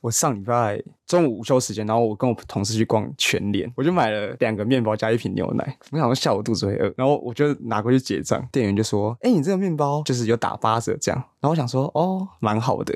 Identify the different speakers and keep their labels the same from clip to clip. Speaker 1: 我上礼拜中午午休时间，然后我跟我同事去逛全联，我就买了两个面包加一瓶牛奶。我想说下午肚子会饿，然后我就拿过去结账，店员就说：“哎、你这个面包就是有打八折这样。”然后我想说：“哦，蛮好的。”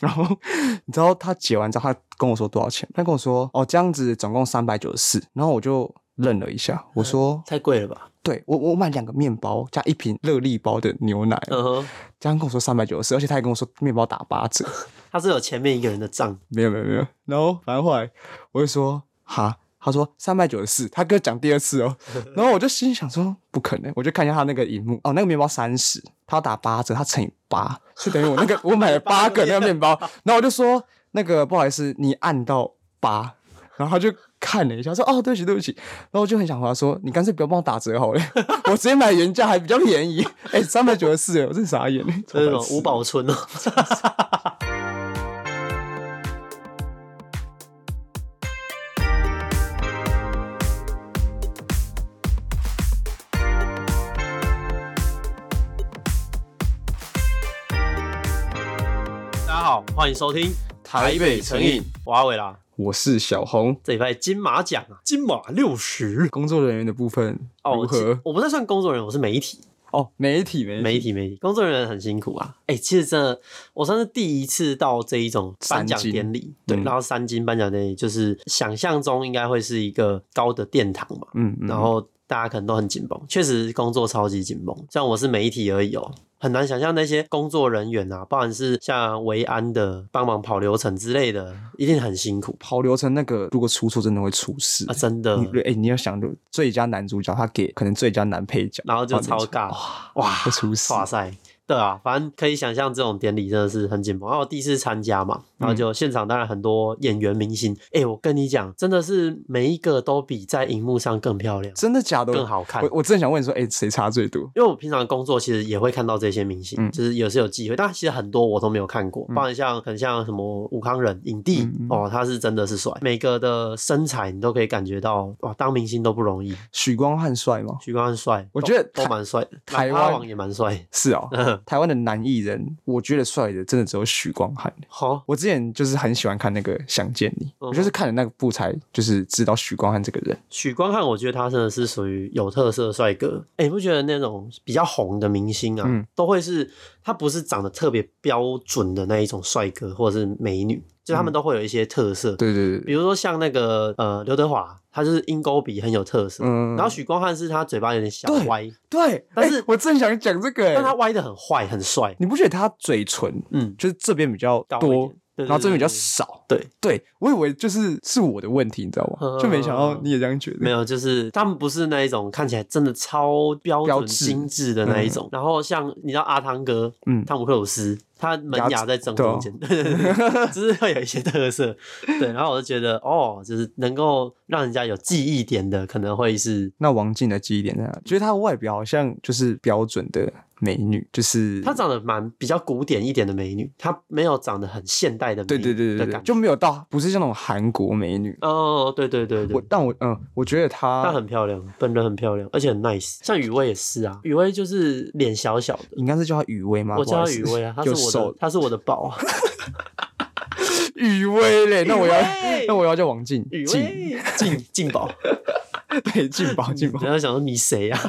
Speaker 1: 然后 你知道他结完账，他跟我说多少钱？他跟我说：“哦，这样子总共三百九十四。”然后我就愣了一下，我说
Speaker 2: 太贵了吧？：“
Speaker 1: 对我，我买两个面包加一瓶热力包的牛奶。”
Speaker 2: 嗯哼，
Speaker 1: 这样跟我说三百九十四，而且他还跟我说面包打八折。
Speaker 2: 他是有前面一个人的账，
Speaker 1: 没有没有没有。然后反正后来我就说哈，他说三百九十四，他跟我讲第二次 哦。然后我就心里想说不可能，我就看一下他那个荧幕哦，那个面包三十，他要打八折，他乘以八，是等于我那个我买了八个那个 面包。然后我就说那个不好意思，你按到八，然后他就。看了一下，说：“哦，对不起，对不起。”然后我就很想回答说：“你干脆不要帮我打折好了， 我直接买原价还比较便宜。哎、三百九十四，我真傻眼。
Speaker 2: 这是什么
Speaker 1: 500
Speaker 2: 五宝村哦。 大家好，欢迎收听
Speaker 1: 台北成瘾，
Speaker 2: 我阿伟啦。
Speaker 1: 我是小红，
Speaker 2: 这礼拜金马奖啊，金马六十
Speaker 1: 工作人员的部分
Speaker 2: 哦，
Speaker 1: 如
Speaker 2: 我
Speaker 1: 何？
Speaker 2: 我不太算工作人员，我是媒体。
Speaker 1: 哦，媒体媒体
Speaker 2: 媒体媒体工作人员很辛苦啊！哎、其实真的，我算是第一次到这一种颁奖
Speaker 1: 三金
Speaker 2: 典礼，对，
Speaker 1: 嗯
Speaker 2: 然后三金颁奖典礼就是想象中应该会是一个高的殿堂嘛，
Speaker 1: 嗯，嗯
Speaker 2: 然后大家可能都很紧绷，确实工作超级紧绷。像我是媒体而已哦，很难想象那些工作人员啊，不管是像维安的帮忙跑流程之类的，一定很辛苦
Speaker 1: 跑流程那个，如果出错真的会出事
Speaker 2: 啊，。真的。
Speaker 1: 你哎，你要想，最佳男主角他给可能最佳男配角，
Speaker 2: 然后就超尬
Speaker 1: 哇
Speaker 2: 哇
Speaker 1: 会出事。
Speaker 2: 哇塞，对啊，反正可以想象这种典礼真的是很紧绷。然后我第一次参加嘛，
Speaker 1: 嗯
Speaker 2: 然后就现场当然很多演员明星，哎、我跟你讲，真的是每一个都比在荧幕上更漂亮、
Speaker 1: 真的假的？
Speaker 2: 更好看
Speaker 1: 我。我正想问说，哎，谁差最多？
Speaker 2: 因为我平常工作其实也会看到这些明星，
Speaker 1: 嗯
Speaker 2: 就是有时有机会，但其实很多我都没有看过，包含像很像什么武康人影帝、
Speaker 1: 嗯嗯
Speaker 2: 哦，他是真的是帅，每个的身材你都可以感觉到哇，当明星都不容易。
Speaker 1: 许光汉帅吗？
Speaker 2: 徐光汉帅，
Speaker 1: 我觉得
Speaker 2: 都都蛮帅的，
Speaker 1: 台
Speaker 2: 哪怕
Speaker 1: 湾
Speaker 2: 王也蛮 帅。
Speaker 1: 是哦，
Speaker 2: 嗯
Speaker 1: 台湾的男艺人，我觉得帅的真的只有许光汉。
Speaker 2: 好、
Speaker 1: 我之前就是很喜欢看那个《想见你》，
Speaker 2: 嗯
Speaker 1: 我就是看了那个部才就是知道许光汉这个人。
Speaker 2: 许光汉，我觉得他真的是属于有特色的帅哥。哎、你不觉得那种比较红的明星啊，
Speaker 1: 嗯
Speaker 2: 都会是他不是长得特别标准的那一种帅哥或者是美女，就他们都会有一些特色。
Speaker 1: 嗯对对对
Speaker 2: 比
Speaker 1: 对，
Speaker 2: 如说像那个呃刘德华，他就是鹰钩鼻很有特色，
Speaker 1: 嗯
Speaker 2: 然后许光汉是他嘴巴有点小
Speaker 1: 对
Speaker 2: 歪，
Speaker 1: 对，
Speaker 2: 但是
Speaker 1: 哎我正想讲这个，哎
Speaker 2: 但他歪的很坏，很帅。
Speaker 1: 你不觉得他嘴唇
Speaker 2: 嗯，
Speaker 1: 就是这边比较
Speaker 2: 高一
Speaker 1: 多
Speaker 2: 点，嗯对
Speaker 1: 然后这边比较。
Speaker 2: 对对对
Speaker 1: 少？
Speaker 2: 对，
Speaker 1: 对我以为就是是我的问题，你知道吗？
Speaker 2: 嗯
Speaker 1: 就没想到你也这样觉得。
Speaker 2: 没有，就是他们不是那一种看起来真的超标
Speaker 1: 标
Speaker 2: 准
Speaker 1: 志
Speaker 2: 精致的那一种。然后像你知道阿汤哥，
Speaker 1: 嗯
Speaker 2: 汤姆克鲁斯，他门
Speaker 1: 牙
Speaker 2: 牙
Speaker 1: 齿
Speaker 2: 在正
Speaker 1: 对
Speaker 2: 中
Speaker 1: 哦
Speaker 2: 间， 对对对，就是会有一些特色。对，然后我就觉得哦，就是能够让人家有记忆点的，可能会是
Speaker 1: 那王静的记忆点在哪？就是她的外表好像就是标准的美女，就是
Speaker 2: 她长得蛮比较古典一点的美女，她没有长得很现代的美
Speaker 1: 对对对
Speaker 2: 的
Speaker 1: 对对，
Speaker 2: 感觉。
Speaker 1: 就没有到不是像那种韩国美女。
Speaker 2: 哦，对对对对
Speaker 1: 我，但我嗯，我觉得
Speaker 2: 她
Speaker 1: 她
Speaker 2: 很漂亮，本人很漂亮，而且很 nice。像雨薇也是啊，雨薇就是脸小小的。
Speaker 1: 你应该是叫她雨薇吗？
Speaker 2: 我叫
Speaker 1: 不
Speaker 2: 她
Speaker 1: 好意
Speaker 2: 雨
Speaker 1: 思
Speaker 2: 薇啊，她是
Speaker 1: 又
Speaker 2: 我
Speaker 1: 瘦
Speaker 2: 的，她是我的宝啊，
Speaker 1: 雨薇嘞， 那我要
Speaker 2: 薇
Speaker 1: 那我要叫王静
Speaker 2: 雨
Speaker 1: 静，
Speaker 2: 薇进进 宝，
Speaker 1: 对静 宝静宝
Speaker 2: 然，后想说你谁啊？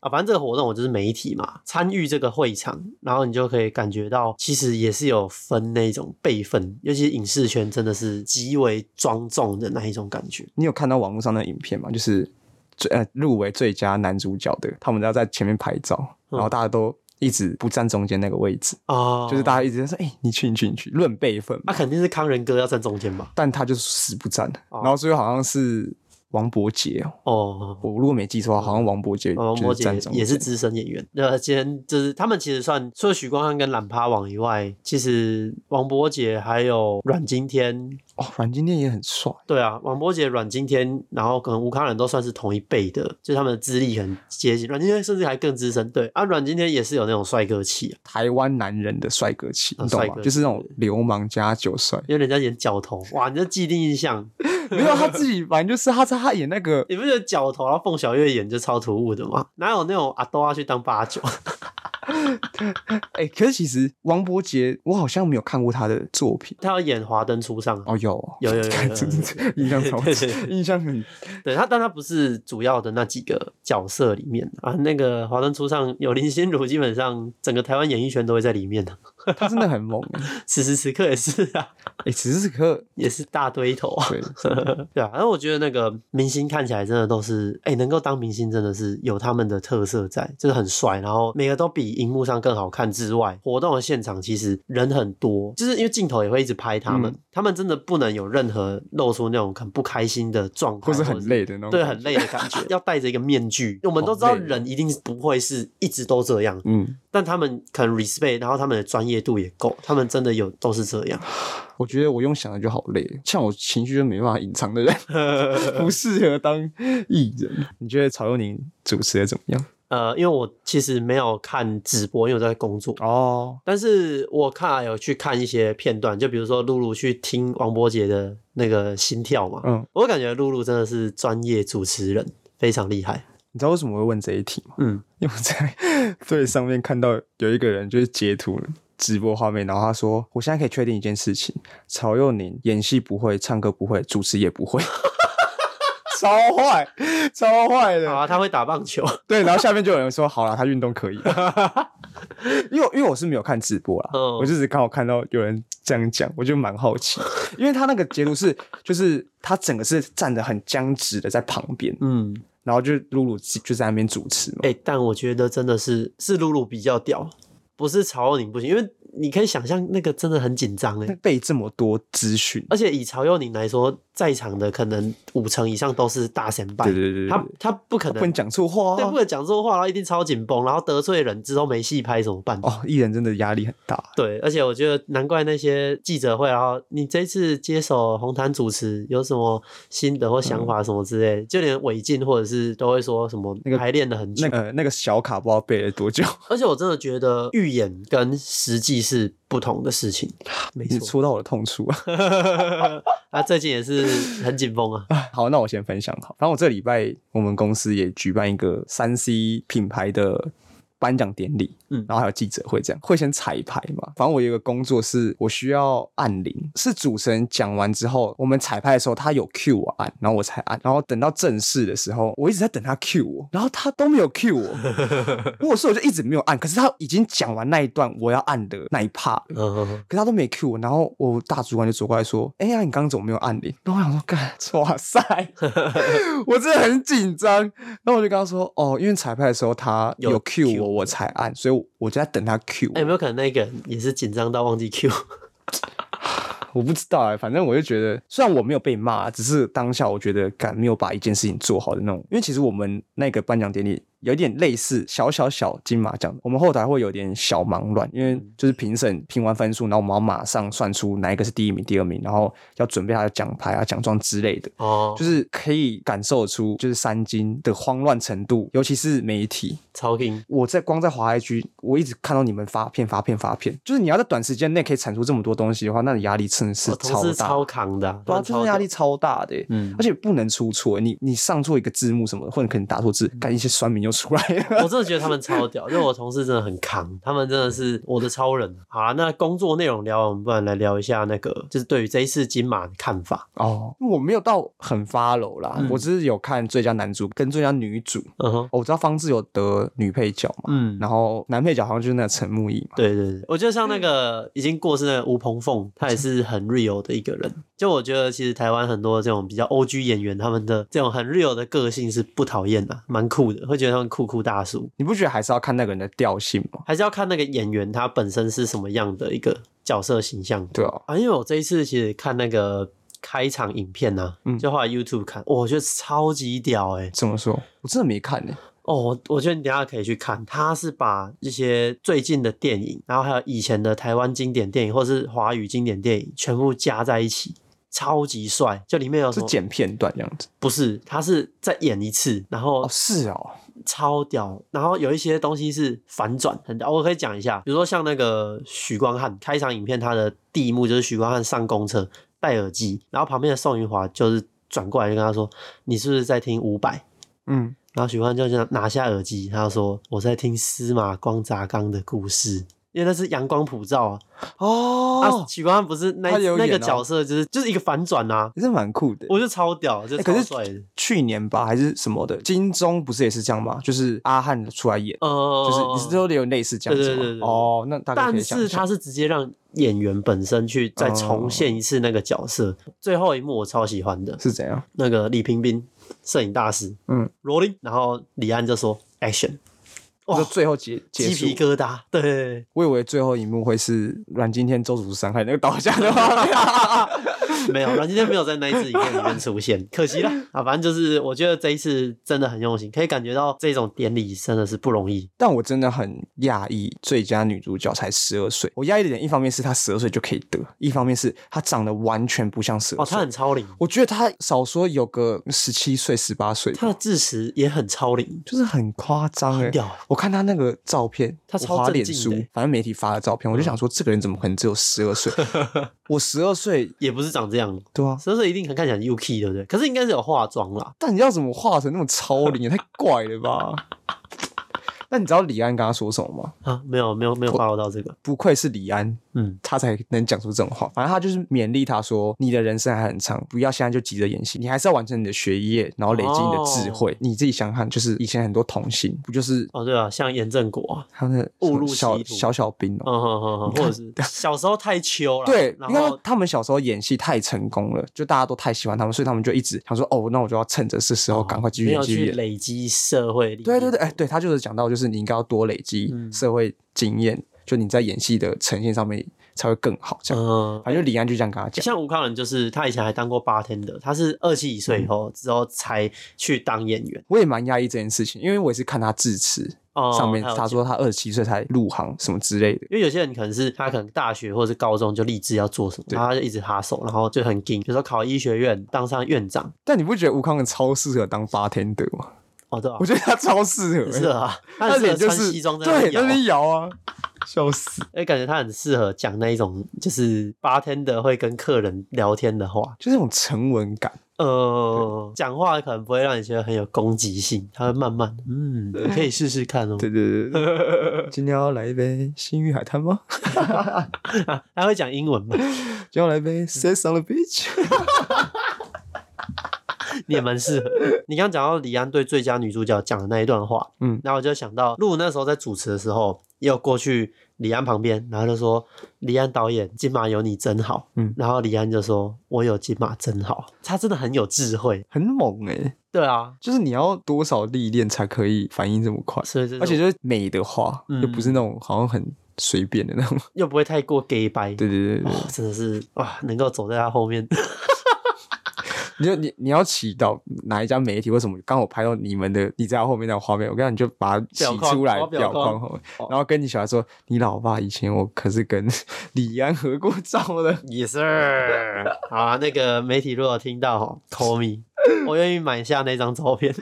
Speaker 2: 啊，反正这个活动我就是媒体嘛，参与这个会场，然后你就可以感觉到，其实也是有分那种辈分，尤其是影视圈真的是极为庄重的那一种感觉。
Speaker 1: 你有看到网络上那个影片吗？就是最呃入围最佳男主角的，他们要在前面拍照，
Speaker 2: 嗯
Speaker 1: 然后大家都一直不站中间那个位置，
Speaker 2: 哦，啊
Speaker 1: 就是大家一直在说：“哎、你去，你去，你去。”论辈分嘛，
Speaker 2: 那、肯定是康仁哥要站中间吧？
Speaker 1: 但他就是死不站。
Speaker 2: 哦
Speaker 1: 然后最后好像是王伯杰哦，
Speaker 2: 哦，
Speaker 1: 我如果没记错的话，好像王伯杰
Speaker 2: 哦，
Speaker 1: 就
Speaker 2: 摩
Speaker 1: 是
Speaker 2: 姐
Speaker 1: 站中
Speaker 2: 也是
Speaker 1: 间
Speaker 2: 资深演员。那今天就是他们其实算除了许光汉跟懒趴王以外，其实王伯杰还有阮经天，
Speaker 1: 哦，阮经天也很帅，
Speaker 2: 对啊，王伯杰、阮经天，然后可能吴康仁都算是同一辈的，就是他们的资历很接近。阮经天甚至还更资深，对啊，阮经天也是有那种帅哥气、啊，
Speaker 1: 台湾男人的帅哥气，
Speaker 2: 啊
Speaker 1: 你懂
Speaker 2: 帅
Speaker 1: 吗
Speaker 2: 哥？气。
Speaker 1: 就是那种流氓加酒帅
Speaker 2: 因为人家演角头，哇，你这既定印象，
Speaker 1: 没有他自己，反正就是他在他演那个，
Speaker 2: 你不觉得角头然后凤小岳演就超突兀的吗？哪有那种阿多啊去当八九？
Speaker 1: 哎、可是其实王伯杰，我好像没有看过他的作品。
Speaker 2: 他要演《华灯初上》 啊
Speaker 1: 哦，有哦
Speaker 2: 有有有有有
Speaker 1: 真的印象超
Speaker 2: 对对
Speaker 1: 印象很
Speaker 2: 对他，但他不是主要的那几个角色里面啊。那个《华灯初上》有林心如，基本上整个台湾演艺圈都会在里面的。
Speaker 1: 他真的很 猛哎、
Speaker 2: 此时此刻也是啊，
Speaker 1: 欸此时此刻，
Speaker 2: 也是大堆头啊。
Speaker 1: 对，
Speaker 2: 对啊，然后我觉得那个明星看起来真的都是，哎、能够当明星真的是有他们的特色在，就是很帅，然后每个都比荧幕上更好看之外，活动的现场其实人很多，就是因为镜头也会一直拍他们，
Speaker 1: 嗯
Speaker 2: 他们真的不能有任何露出那种很不开心的状态，
Speaker 1: 或是很累的那种，
Speaker 2: 对，很累的感觉， 要戴着一个面具。我们都知道
Speaker 1: 好累
Speaker 2: 人一定不会是一直都这样，
Speaker 1: 嗯，
Speaker 2: 但他们可能 respect，然后他们的专业度也够，他们真的有都是这样。
Speaker 1: 我觉得我用想的就好累，像我情绪就没办法隐藏的 人，不适合当艺人。你觉得曹佑宁主持的怎么样？
Speaker 2: 呃，因为我其实没有看直播，因为我在工作。
Speaker 1: 哦，
Speaker 2: 但是我看有去看一些片段，就比如说露露去听王伯杰的那个心跳嘛，
Speaker 1: 嗯，
Speaker 2: 我感觉露露真的是专业主持人，非常厉害。
Speaker 1: 你知道为什么我会问这一题吗？
Speaker 2: 嗯，
Speaker 1: 因为我在最上面看到有一个人就是截图直播画面，然后他说：“我现在可以确定一件事情，曹佑宁演戏不会，唱歌不会，主持也不会。” 超坏，超坏的。
Speaker 2: 好啊，他会打棒球，
Speaker 1: 对，然后下面就有人说：“好啦，他运动可以。” 因为因为我是没有看直播啦，
Speaker 2: 嗯
Speaker 1: 我就只刚好看到有人这样讲，我就蛮好奇，因为他那个截图是就是他整个是站得很僵直的在旁边，
Speaker 2: 嗯，
Speaker 1: 然后就露露就在那边主持嘛。
Speaker 2: 哎、但我觉得真的是是露露比较屌，不是曹佑宁不行，因为你可以想象那个真的很紧张哎。
Speaker 1: 被这么多资讯，
Speaker 2: 而且以曹佑宁来说，在场的可能五成以上都是大神拜，
Speaker 1: 对对对对
Speaker 2: 他他不可
Speaker 1: 不能
Speaker 2: 能，
Speaker 1: 讲错话
Speaker 2: 对，
Speaker 1: 啊
Speaker 2: 不！能讲错话，然后一定超紧绷，然后得罪人之后没戏拍怎么办？
Speaker 1: 哦，艺人真的压力很大，
Speaker 2: 对，而且我觉得难怪那些记者会，然后你这次接手红毯主持有什么心得或
Speaker 1: 嗯
Speaker 2: 想法什么之类，就连违禁或者是都会说什么
Speaker 1: 那个
Speaker 2: 排练了很久。
Speaker 1: 那个、呃那个小卡不知道背了多久，
Speaker 2: 而且我真的觉得预演跟实际是不同的 事情，没
Speaker 1: 你
Speaker 2: 错。
Speaker 1: 戳到我的痛处啊！
Speaker 2: 啊，最近也是很紧绷啊，
Speaker 1: 好，那我先分享好，反正我这礼拜我们公司也举办一个三 C 品牌的。颁奖典礼，
Speaker 2: 嗯
Speaker 1: 然后还有记者会，这样会先彩排嘛？反正我有一个工作是，我需要按铃，是主持人讲完之后，我们彩排的时候，他有 cue 我按，然后我才按，然后等到正式的时候，我一直在等他 cue 我，然后他都没有 cue 我，如果说我就一直没有按，可是他已经讲完那一段我要按的那一 part，了
Speaker 2: 嗯，
Speaker 1: 可是他都没 cue 我，然后我大主管就走过来说：“哎、呀，你刚刚怎么没有按铃？”然后我想说：“干， 哇 塞，我真的很紧张。”然后我就跟他说：“哦，因为彩排的时候他
Speaker 2: 有
Speaker 1: 有 cue
Speaker 2: cue
Speaker 1: 我，我才按，所以我就在等他 cue 我。
Speaker 2: 哎有没有可能那个人也是紧张到忘记 Q？
Speaker 1: 我不知道哎、反正我就觉得，虽然我没有被骂，只是当下我觉得干没有把一件事情做好的那种。因为其实我们那个颁奖典礼有点类似小小小金马奖，我们后台会有点小忙乱，因为就是评审评完分数，然后我们要马上算出哪一个是第一名、第二名，然后要准备他的奖牌啊、奖状之类的。
Speaker 2: 哦，
Speaker 1: 就是可以感受出，就是三金的慌乱程度，尤其是媒体，
Speaker 2: 超劲，
Speaker 1: 我在光在华 IG，我一直看到你们发片发片发片，就是你要在短时间内可以产出这么多东西的话，那你压力真的是
Speaker 2: 我同
Speaker 1: 超
Speaker 2: 事
Speaker 1: 大，
Speaker 2: 超扛的啊，
Speaker 1: 对啊，
Speaker 2: 真的
Speaker 1: 就
Speaker 2: 超
Speaker 1: 是压
Speaker 2: 屌
Speaker 1: 力，超大的欸、
Speaker 2: 嗯
Speaker 1: 而。且不能出错，欸你你上错一个字幕什么的，或者可能打错字，干一些酸民又出来了。
Speaker 2: 我真的觉得他们超屌，因为我同事真的很扛，他们真的是我的超人。啊好啦，那工作内容聊完，我们不然来聊一下那个，就是对于这一次金马的看法。
Speaker 1: 哦，我没有到很 follow 啦，
Speaker 2: 嗯
Speaker 1: 我只是有看最佳男主跟最佳女主。
Speaker 2: 嗯哼，
Speaker 1: 哦我知道方志有得女配角嘛，
Speaker 2: 嗯，
Speaker 1: 然后男配角好像就是那个陈木易嘛。
Speaker 2: 对对嗯对，我觉得像那个已经过世那个吴鹏凤，他也是很 real 的一个人。就我觉得其实台湾很多这种比较 O G 演员，他们的这种很 real 的个性是不讨厌的，蛮酷的，会觉得他们酷酷大叔。
Speaker 1: 你不觉得还是要看那个人的调性吗？
Speaker 2: 还是要看那个演员他本身是什么样的一个角色形象。
Speaker 1: 对啊，
Speaker 2: 啊，因为我这一次其实看那个开场影片呐、
Speaker 1: 嗯
Speaker 2: 就后来 YouTube 看，哇我觉得超级屌哎、
Speaker 1: 怎么说？我真的没看呢、欸
Speaker 2: 哦，我我觉得你等一下可以去看，他是把一些最近的电影，然后还有以前的台湾经典电影或是华语经典电影全部加在一起，超级帅。就里面有什
Speaker 1: 是
Speaker 2: 么？
Speaker 1: 剪片段这样子。
Speaker 2: 不是，他是再演一次，然后
Speaker 1: 哦，是哦，
Speaker 2: 超屌。然后有一些东西是反转，很屌。我可以讲一下，比如说像那个许光汉开场影片，他的第一幕就是许光汉上公车戴耳机，然后旁边的宋云华就是转过来就跟他说：“你是不是在听伍佰？”
Speaker 1: 嗯，
Speaker 2: 然后许幻就就拿下耳机，他就说我在听司马光砸缸的故事，因为那是阳光普照啊。啊
Speaker 1: 哦，，
Speaker 2: 许光汉不是那
Speaker 1: 他有
Speaker 2: 那个
Speaker 1: 演哦
Speaker 2: 角色，就是就是一个反转啊，
Speaker 1: 也是蛮酷的。
Speaker 2: 我就超屌，就
Speaker 1: 欸
Speaker 2: 超
Speaker 1: 可
Speaker 2: 帅的
Speaker 1: 是。去年吧还是什么的，金钟不是也是这样吗？就是阿汉出来演，
Speaker 2: 呃，
Speaker 1: 就是你是说有类似这样子吗？
Speaker 2: 对对对对对
Speaker 1: 哦，那大概可
Speaker 2: 但
Speaker 1: 以想
Speaker 2: 是
Speaker 1: 象
Speaker 2: 他是直接让演员本身去再重现一次那个角色。最后一幕我超喜欢的，
Speaker 1: 是怎样？
Speaker 2: 那个李冰冰，摄影大师，
Speaker 1: 嗯，
Speaker 2: 罗琳，然后李安就说 action，哇
Speaker 1: 就最后结结
Speaker 2: 鸡
Speaker 1: 束
Speaker 2: 皮，疙瘩，对，
Speaker 1: 我以为最后一幕会是阮经天、周楚伤害那个倒下的画面
Speaker 2: 没有，阮经天没有在那一支影片里面出现，可惜了啊。反正就是我觉得这一次真的很用心，可以感觉到这种典礼真的是不容易。
Speaker 1: 但我真的很讶异，最佳女主角才十二岁。我讶异的点，一方面是她十二岁就可以得，一方面是她长得完全不像十
Speaker 2: 哦，
Speaker 1: 二
Speaker 2: 他
Speaker 1: 岁。
Speaker 2: 很超龄，
Speaker 1: 我觉得她少说有个十七岁、十八岁吧，
Speaker 2: 他的智齿也很超龄，
Speaker 1: 就是很夸张哎
Speaker 2: 很。屌。
Speaker 1: 我看她那个照片，
Speaker 2: 她
Speaker 1: 我
Speaker 2: 超
Speaker 1: 滑
Speaker 2: 镇
Speaker 1: 脸
Speaker 2: 静
Speaker 1: 书
Speaker 2: 的欸，嗯
Speaker 1: 反正媒体发的照片，我就想说，这个人怎么可能只有十二 岁？我十二岁，
Speaker 2: 也不是长这样，
Speaker 1: 对啊。
Speaker 2: 十二岁一定很看起来很 UK，对不对？可是应该是有化妆啦，
Speaker 1: 但你要怎么画成那么超龄，也啊太怪了 吧？那你知道李安跟他说什么吗？
Speaker 2: 啊，没有没有没有 follow 到这个，
Speaker 1: 不愧是李安，
Speaker 2: 嗯，
Speaker 1: 他才能讲出这种话。反正他就是勉励他说：“你的人生还很长，不要现在就急着演戏，你还是要完成你的学业，然后累积你的智慧。你自己想想看，就是以前很多童星，不就是
Speaker 2: 哦对啊，像严正国啊，
Speaker 1: 他的
Speaker 2: 误入
Speaker 1: 小
Speaker 2: 歧途
Speaker 1: 小小兵哦、
Speaker 2: 嗯哼哼哼，或者是小时候太秋了，
Speaker 1: 对，
Speaker 2: 然
Speaker 1: 因为
Speaker 2: 后
Speaker 1: 他们小时候演戏太成功了，就大家都太喜欢他们，所以他们就一直想说：哦，那我就要趁着是时候哦赶快继续演，
Speaker 2: 哦没有
Speaker 1: 继续
Speaker 2: 去
Speaker 1: 演。
Speaker 2: 累积社会历练，
Speaker 1: 对对对，哎，对他就是讲到，就是你应该要多累积
Speaker 2: 嗯
Speaker 1: 社会经验，就你在演戏的呈现上面才会更好。这样，
Speaker 2: 嗯。
Speaker 1: 反正就李安就这样跟他讲。
Speaker 2: 像吴康仁，就是他以前还当过 bartender，他是二十几
Speaker 1: 嗯
Speaker 2: 岁以后之后才去当演员。
Speaker 1: 我也蛮压抑这件事情，因为我也是看他致辞、
Speaker 2: 哦，
Speaker 1: 上面，
Speaker 2: 还有
Speaker 1: 他说他二十七岁才入行什么之类的。
Speaker 2: 因为有些人可能是他可能大学或者是高中就立志要做什么，
Speaker 1: 对
Speaker 2: 然后他就一直哈手，然后就很劲，比如说考医学院当上院长，
Speaker 1: 但你不觉得吴康仁超适合当 bartender 吗？
Speaker 2: 哦对啊
Speaker 1: 我，觉得他超适合、
Speaker 2: 很
Speaker 1: 欸，
Speaker 2: 适合啊，他
Speaker 1: 他
Speaker 2: 很适合
Speaker 1: 脸就
Speaker 2: 穿
Speaker 1: 是
Speaker 2: 西装在那
Speaker 1: 对，
Speaker 2: 边摇
Speaker 1: 那边摇啊，笑死！
Speaker 2: 哎，感觉他很适合讲那一种就是 bartender 会跟客人聊天的话，
Speaker 1: 就那种沉稳感，
Speaker 2: 呃，讲话可能不会让你觉得很有攻击性，他会慢慢，嗯，你可以试试看哦。
Speaker 1: 对对对对。今天要来一杯星域海滩吗？
Speaker 2: 啊他会讲英文嘛？
Speaker 1: 今天要来一杯 Sex on the Beach。
Speaker 2: 你也蛮适合。你刚刚讲到李安对最佳女主角讲的那一段话，
Speaker 1: 嗯
Speaker 2: 然后我就想到陆那时候在主持的时候，也有过去李安旁边，然后就说：“李安导演，金马有你真好。”
Speaker 1: 嗯
Speaker 2: 然后李安就说：“我有金马真好。”他真的很有智慧。
Speaker 1: 很猛哎、
Speaker 2: 对啊，
Speaker 1: 就是你要多少历练才可以反应这么快，
Speaker 2: 所以这种
Speaker 1: 而且就是美的话，
Speaker 2: 嗯
Speaker 1: 又不是那种好像很随便的那种。
Speaker 2: 又不会太过 gay 掰。
Speaker 1: 对对对对，
Speaker 2: 哦，真的是哇，能够走在他后面，
Speaker 1: 你就你你要祈祷哪一家媒体为什么刚好拍到你们的你在后面那个画面，我跟你讲，你就把它洗
Speaker 2: 表框
Speaker 1: 出来
Speaker 2: 哦
Speaker 1: 表
Speaker 2: 表框
Speaker 1: 框后面，然后跟你小孩说，你老爸以前我可是跟 李安合过照的。
Speaker 2: 也是 好啊，那个媒体如果听到吼，call me，我愿意买下那张照片，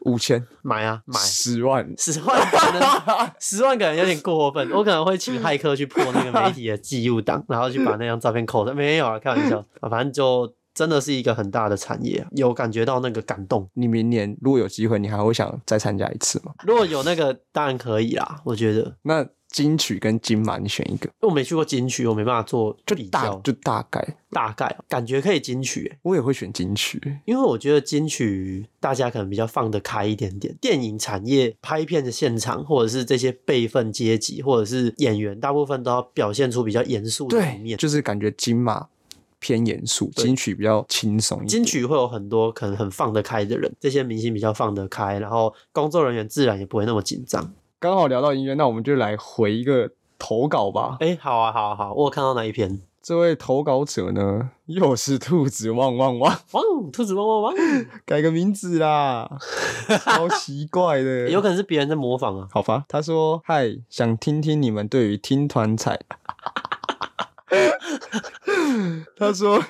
Speaker 1: 五千
Speaker 2: 买啊买，
Speaker 1: 十万，
Speaker 2: 十万可 能十万可能有点过分，我可能会请骇客去破那个媒体的记录档，然后去把那张照片扣上。没有啊，开玩 笑，啊反正就真的是一个很大的产业啊，有感觉到那个感动。
Speaker 1: 你明年如果有机会，你还会想再参加一次吗？
Speaker 2: 如果有那个，当然可以啦，我觉得。
Speaker 1: 那金曲跟金马你选一个，
Speaker 2: 因为我没去过金曲，我没办法做就比
Speaker 1: 大
Speaker 2: 较，
Speaker 1: 就大概，
Speaker 2: 大概啊感觉可以金曲、欸
Speaker 1: 我也会选金曲。
Speaker 2: 因为我觉得金曲大家可能比较放得开一点点，电影产业拍片的现场，或者是这些辈分阶级，或者是演员，大部分都要表现出比较严肃的一
Speaker 1: 对，
Speaker 2: 面。
Speaker 1: 就是感觉金马偏严肃，
Speaker 2: 对
Speaker 1: 金曲比较轻松一点。
Speaker 2: 金曲会有很多可能很放得开的人，这些明星比较放得开，然后工作人员自然也不会那么紧张。
Speaker 1: 刚好聊到音乐，那我们就来回一个投稿吧。
Speaker 2: 哎，好啊，好啊，好啊，我有看到那一篇，
Speaker 1: 这位投稿者呢，又是兔子汪汪汪，
Speaker 2: 汪，兔子汪汪汪，
Speaker 1: 改个名字 啦，超奇怪的。
Speaker 2: 有可能是别人在模仿啊。
Speaker 1: 好吧，他说：“嗨，想听听你们对于听团彩。” 他说：“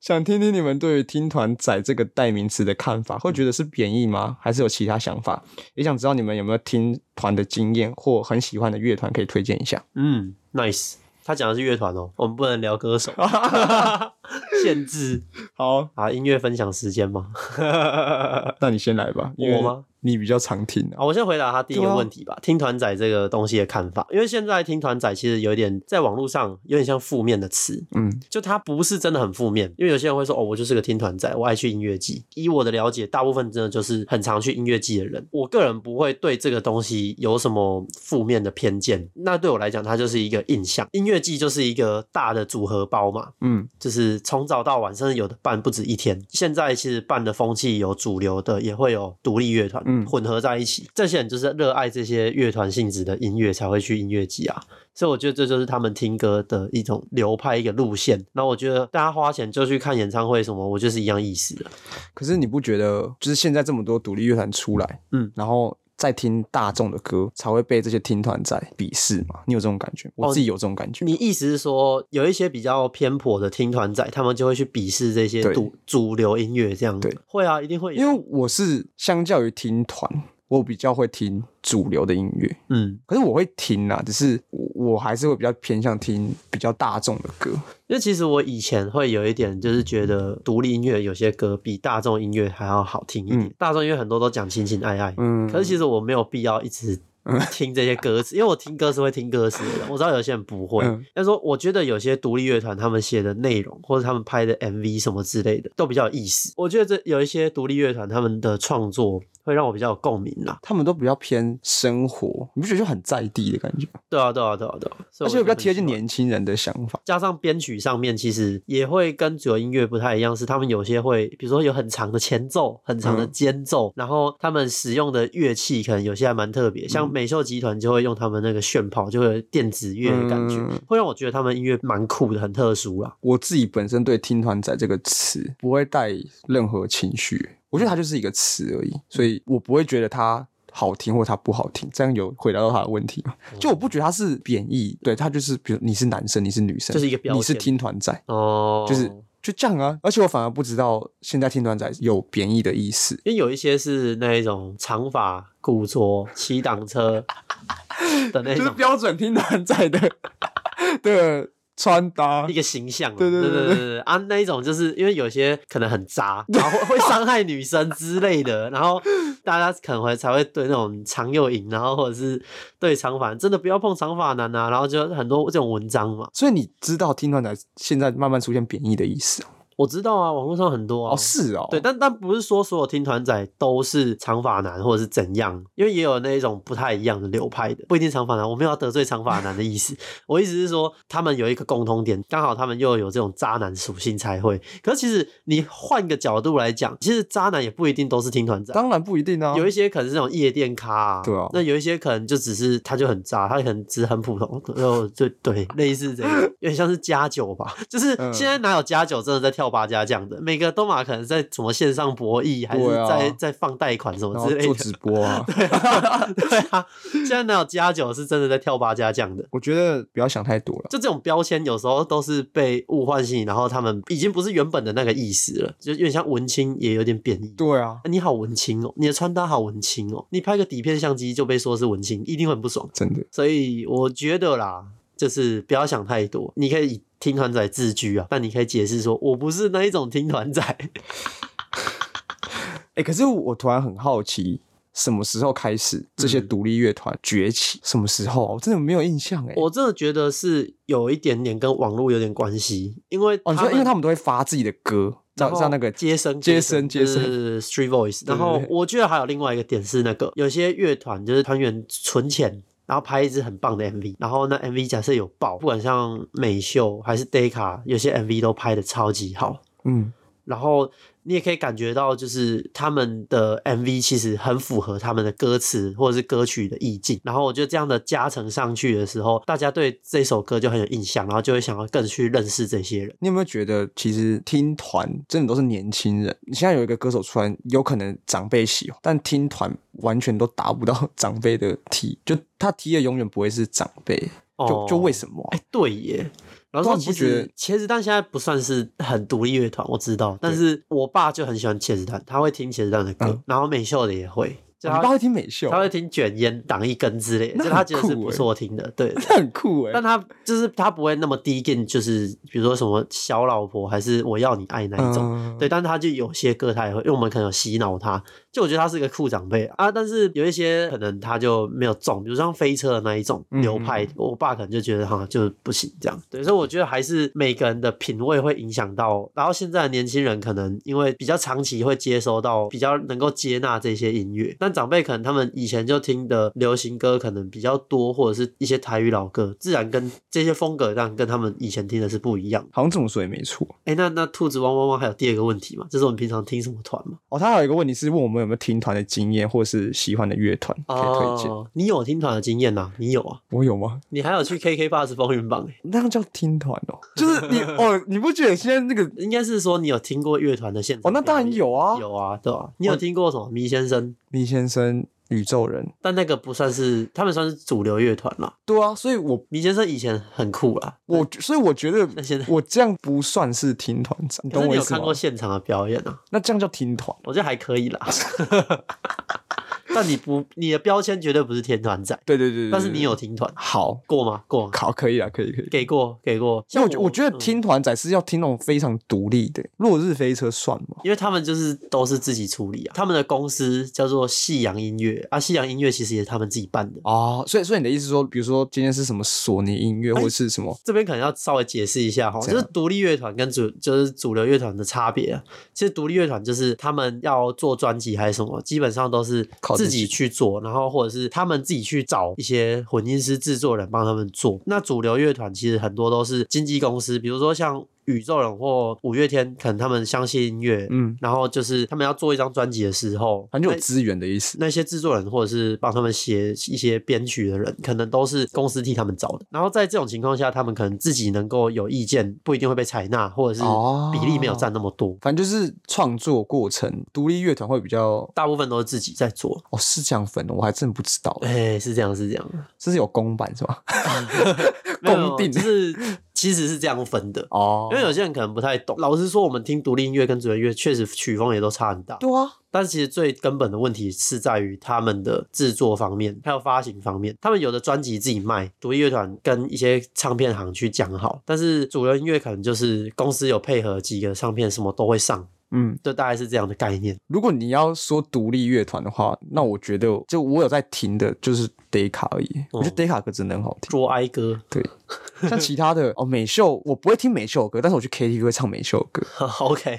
Speaker 1: 想听听你们对于听团仔这个代名词的看法，会觉得是贬义吗？还是有其他想法？也想知道你们有没有听团的经验，或很喜欢的乐团可以推荐一下。
Speaker 2: 嗯，nice，他讲的是乐团哦，我们不能聊 歌手，限制
Speaker 1: 好，
Speaker 2: 啊，音乐分享时间吗？
Speaker 1: 那你先来吧。因为
Speaker 2: 我？吗？
Speaker 1: 你比较常听啊。
Speaker 2: 啊，我先回答他第一
Speaker 1: 对
Speaker 2: 个
Speaker 1: 啊
Speaker 2: 问题吧，听团仔这个东西的看法，因为现在听团仔其实有点在网络上有点像负面的词，
Speaker 1: 嗯，
Speaker 2: 就它不是真的很负面，因为有些人会说哦，我就是个听团仔，我爱去音乐季。以我的了解，大部分真的就是很常去音乐季的人。我个人不会对这个东西有什么负面的偏见，那对我来讲，它就是一个印象。音乐季就是一个大的组合包嘛，
Speaker 1: 嗯，
Speaker 2: 就是从早到晚，甚至有的办不止一天。现在其实办的风气有主流的，也会有独立乐团，
Speaker 1: 嗯
Speaker 2: 混合在一起。这些人就是热爱这些乐团性质的音乐才会去音乐季啊。所以我觉得这就是他们听歌的一种流派、一个路线。那我觉得大家花钱就去看演唱会什么，我就是一样意思的。
Speaker 1: 可是你不觉得，就是现在这么多独立乐团出来，
Speaker 2: 嗯，
Speaker 1: 然后再听大众的歌，才会被这些听团仔鄙视吗？你有这种感觉？我自己有这种感觉。
Speaker 2: 哦你意思是说，有一些比较偏颇的听团仔，他们就会去鄙视这些
Speaker 1: 对
Speaker 2: 主主流音乐这样？
Speaker 1: 对，
Speaker 2: 会啊，一定会有。
Speaker 1: 因为我是相较于听团，我比较会听主流的音乐，
Speaker 2: 嗯，
Speaker 1: 可是我会听啊，只是我我还是会比较偏向听比较大众的歌。
Speaker 2: 因为其实我以前会有一点，就是觉得独立音乐有些歌比大众音乐还要好听一点。
Speaker 1: 嗯
Speaker 2: 大众音乐很多都讲情情爱爱，
Speaker 1: 嗯，
Speaker 2: 可是其实我没有必要一直听这些歌词，因为我听歌是会听歌词的人，我知道有些人不会
Speaker 1: 嗯。
Speaker 2: 但是说我觉得有些独立乐团他们写的内容或者他们拍的 MV 什么之类的都比较有意思。我觉得这有一些独立乐团他们的创作会让我比较有共鸣啦。
Speaker 1: 他们都比较偏生活，你不觉得就很在地的感觉吗？
Speaker 2: 对啊，对啊，对啊，对啊，所
Speaker 1: 而
Speaker 2: 以
Speaker 1: 且
Speaker 2: 我
Speaker 1: 比较
Speaker 2: 就很
Speaker 1: 贴近
Speaker 2: 喜欢
Speaker 1: 年轻人的想法。
Speaker 2: 加上编曲上面，其实也会跟主流音乐不太一样，是他们有些会，比如说有很长的前奏、很长的
Speaker 1: 嗯
Speaker 2: 间奏，然后他们使用的乐器可能有些还蛮特别，
Speaker 1: 嗯
Speaker 2: 像美秀集团就会用他们那个炫跑，就会有电子乐的感觉，
Speaker 1: 嗯
Speaker 2: 会让我觉得他们音乐蛮酷的，很特殊啦。
Speaker 1: 我自己本身对“听团仔”这个词不会带任何情绪，我觉得它就是一个词而已，所以我不会觉得它好听或它不好听。这样有回答到他的问题吗？就我不觉得它是贬义，对，它就是比如你是男生，你是女生，
Speaker 2: 就是一个标签
Speaker 1: 你是听团仔，
Speaker 2: 哦，
Speaker 1: 就是就这样啊。而且我反而不知道现在听团仔有贬义的意思，
Speaker 2: 因为有一些是那一种长发、古着、骑挡车的那
Speaker 1: 就是
Speaker 2: 种
Speaker 1: 标准听团仔的的穿搭
Speaker 2: 一。个形象啊，
Speaker 1: 对
Speaker 2: 对
Speaker 1: 对对
Speaker 2: 对对啊，那一种就是因为有些可能很渣，然后会会伤害女生之类的，然后大家可能会才会对那种长幼影，然后或者是对长发，真的不要碰长发男啊，然后就很多这种文章嘛。
Speaker 1: 所以你知道听团仔现在慢慢出现贬义的意思啊
Speaker 2: 我知道啊，网络上很多啊。
Speaker 1: 哦，是哦，
Speaker 2: 对，但但不是说所有听团仔都是长发男或者是怎样，因为也有那一种不太一样的流派的，不一定长发男。我没有要得罪长发男的意思，我意思是说他们有一个共通点，刚好他们又有这种渣男属性才会。可是其实你换个角度来讲，其实渣男也不一定都是听团仔。
Speaker 1: 当然不一定啊，
Speaker 2: 有一些可能是那种夜店咖、啊，
Speaker 1: 对啊
Speaker 2: 那有一些可能就只是他就很渣，他可能只是很普通，然后就对，类似这样，有点像是加酒吧，就是
Speaker 1: 嗯
Speaker 2: 现在哪有加酒真的在跳八加这样的，每个都嘛可能在什么线上博弈，还是
Speaker 1: 对啊
Speaker 2: 在、在放贷款什
Speaker 1: 然
Speaker 2: 么
Speaker 1: 后
Speaker 2: 之类
Speaker 1: 做
Speaker 2: 的
Speaker 1: 直，播啊。
Speaker 2: 对啊， 对啊，现在哪有加酒是真的在跳八加这样的。
Speaker 1: 我觉得不要想太多了。
Speaker 2: 就这种标签有时候都是被物换性，然后他们已经不是原本的那个意思了，就有点像文青，也有点贬 义。
Speaker 1: 对啊，
Speaker 2: 啊你好文青哦，你的穿搭好文青哦，你拍个底片相机就被说是文青，一定会很不爽。
Speaker 1: 真的，
Speaker 2: 所以我觉得啦，就是不要想太多，你可以以听团仔自居啊，但你可以解释说我不是那一种听团仔。
Speaker 1: 哎、可是我突然很好奇，什么时候开始这些独立乐团崛起？什么时候啊？我真的没有印象哎、
Speaker 2: 我真的觉得是有一点点跟网络有点关系，因为
Speaker 1: 哦，你说因为他们都会发自己的歌，
Speaker 2: 然
Speaker 1: 像
Speaker 2: 后
Speaker 1: 像那个
Speaker 2: 接生
Speaker 1: 接生接生
Speaker 2: 是 Street Voice，
Speaker 1: 对
Speaker 2: 然后
Speaker 1: 对
Speaker 2: 我觉得还有另外一个点是那个有些乐团就是团员存钱。然后拍一支很棒的 MV，然后那 MV 假设有爆，不管像美秀还是 Deca，有些 MV 都拍的超级好。
Speaker 1: 嗯，
Speaker 2: 然后你也可以感觉到，就是他们的 MV 其实很符合他们的歌词或者是歌曲的意境。然后我觉得这样的加成上去的时候，大家对这首歌就很有印象，然后就会想要更去认识这些人。
Speaker 1: 你有没有觉得其实听团真的都是年轻人？你现在有一个歌手出来，有可能长辈喜欢，但听团完全都达不到 长辈的 T，就他 T 的永远不会是长辈，就、就为什么啊、
Speaker 2: 哎、对耶。然后
Speaker 1: 对啊
Speaker 2: 说
Speaker 1: 你
Speaker 2: 其
Speaker 1: 不觉
Speaker 2: 实
Speaker 1: 得
Speaker 2: 茄子蛋现在不算是很独立乐团，我知道，但是我爸就很喜欢茄子蛋，他会听茄子蛋的歌，
Speaker 1: 嗯哦
Speaker 2: 然后美秀的也会。就
Speaker 1: 你
Speaker 2: 他
Speaker 1: 爸啊会听美秀，
Speaker 2: 他会听卷烟挡一根之类的，
Speaker 1: 那
Speaker 2: 就他
Speaker 1: 很
Speaker 2: 觉得是
Speaker 1: 酷
Speaker 2: 不
Speaker 1: 欸
Speaker 2: 错听的， 对。对
Speaker 1: 那很酷哎、
Speaker 2: 但他就是他不会那么低贱，就是比如说什么小老婆还是我要你爱那一种，
Speaker 1: 嗯
Speaker 2: 对。但他就有些歌他也会，因为我们可能有洗脑他，就我觉得他是个酷长辈啊啊。但是有一些可能他就没有中，比如像飞车的那一种
Speaker 1: 嗯
Speaker 2: 流派，我爸可能就觉得哈就是不行这样。对，所以我觉得还是每个人的品味会影响到，然后现在的年轻人可能因为比较长期会接收到比较能够接纳这些音乐，但长辈可能他们以前就听的流行歌可能比较多，或者是一些台语老歌，自然跟这些风格上跟他们以前听的是不一样的。
Speaker 1: 好像这么说也没错。
Speaker 2: 哎，那那兔子汪汪汪还有第二个问题嘛，就是我们平常听什么团嘛？
Speaker 1: 哦，他还有一个问题是问我们有没有听团的经验，或是喜欢的乐团可以推荐。
Speaker 2: 哦，你有听团的经验呐、你有啊？
Speaker 1: 我有吗？
Speaker 2: 你还有去 KK Bus 风云榜、欸，
Speaker 1: 那样叫听团哦，就是 你哦，你不觉得现在那个
Speaker 2: 应该是说你有听过乐团的现场
Speaker 1: 哦，那当然
Speaker 2: 表演
Speaker 1: 有啊，
Speaker 2: 有啊，对啊，你有听过什么迷先生？
Speaker 1: 李先生、宇宙人，
Speaker 2: 但那个不算是，他们算是主流乐团啦。
Speaker 1: 对啊，所以我
Speaker 2: 迷先生以前很酷啦，
Speaker 1: 我所以我觉得
Speaker 2: 那现在
Speaker 1: 我这样不算是听团 长，你
Speaker 2: 可
Speaker 1: 懂
Speaker 2: 是
Speaker 1: 我
Speaker 2: 你
Speaker 1: 意
Speaker 2: 有
Speaker 1: 思
Speaker 2: 看
Speaker 1: 吗
Speaker 2: 过？现场的表演啊？
Speaker 1: 那这样叫听团，
Speaker 2: 我觉得还可以 啦。但你不，你的标签绝对不是天团仔，
Speaker 1: 对对对对
Speaker 2: 但是
Speaker 1: 对
Speaker 2: 你有听团啊
Speaker 1: 好
Speaker 2: 过吗？过吗，
Speaker 1: 好可以啊，可以可以。
Speaker 2: 给过，给过。
Speaker 1: 因
Speaker 2: 像
Speaker 1: 为我觉我觉得
Speaker 2: 嗯
Speaker 1: 听团仔是要听那种非常独立的，落日飞车算吗？
Speaker 2: 因为他们就是都是自己处理啊，他们的公司叫做夕阳音乐啊，夕阳音乐其实也是他们自己办的。
Speaker 1: 哦，所以所以你的意思是说，比如说今天是什么索尼音
Speaker 2: 哎
Speaker 1: 乐或者是什么？
Speaker 2: 这边可能要稍微解释一下哈，
Speaker 1: 这
Speaker 2: 就
Speaker 1: 样
Speaker 2: 是独立乐团跟主就是主流乐团的差别、啊。其实独立乐团就是他们要做专辑还是什么，基本上都是
Speaker 1: 靠自
Speaker 2: 自
Speaker 1: 己
Speaker 2: 己去做，然后或者是他们自己去找一些混音师、制作人帮他们做。那主流乐团其实很多都是经纪公司，比如说像。宇宙人或五月天，可能他们相信音乐，
Speaker 1: 嗯，
Speaker 2: 然后就是他们要做一张专辑的时候，
Speaker 1: 反正
Speaker 2: 那
Speaker 1: 有资源的意思。
Speaker 2: 那些制作人或者是帮他们写一些编曲的人，可能都是公司替他们找的。然后在这种情况下，他们可能自己能够有意见，不一定会被采纳，或者是
Speaker 1: 哦
Speaker 2: 比例没有占那么多。
Speaker 1: 反正就是创作过程，独立乐团会比较
Speaker 2: 大部分都是自己在做，
Speaker 1: 哦，是这样分的，我还真不知道，
Speaker 2: 哎，是这样，是这样，
Speaker 1: 这是有公版是 吧？
Speaker 2: 没有
Speaker 1: 公定
Speaker 2: 就是其实是这样分的。
Speaker 1: 哦
Speaker 2: 因为有些人可能不太懂，老实说，我们听独立音乐跟主流音乐确实曲风也都差很大，
Speaker 1: 对啊，
Speaker 2: 但其实最根本的问题是在于他们的制作方面，还有发行方面。他们有的专辑自己卖，独立乐团跟一些唱片行去讲好，但是主流音乐可能就是公司有配合几个唱片，什么都会上，
Speaker 1: 嗯，
Speaker 2: 就大概是这样的概念。
Speaker 1: 如果你要说独立乐团的话，那我觉得就我有在听的就是 Deka 而已，我
Speaker 2: 哦
Speaker 1: 觉得 Deka 歌真的很好听。
Speaker 2: 说哀歌，
Speaker 1: 对，像其他的哦，美秀我不会听美秀的歌，但是我去 KTV 会唱美秀的歌。
Speaker 2: OK，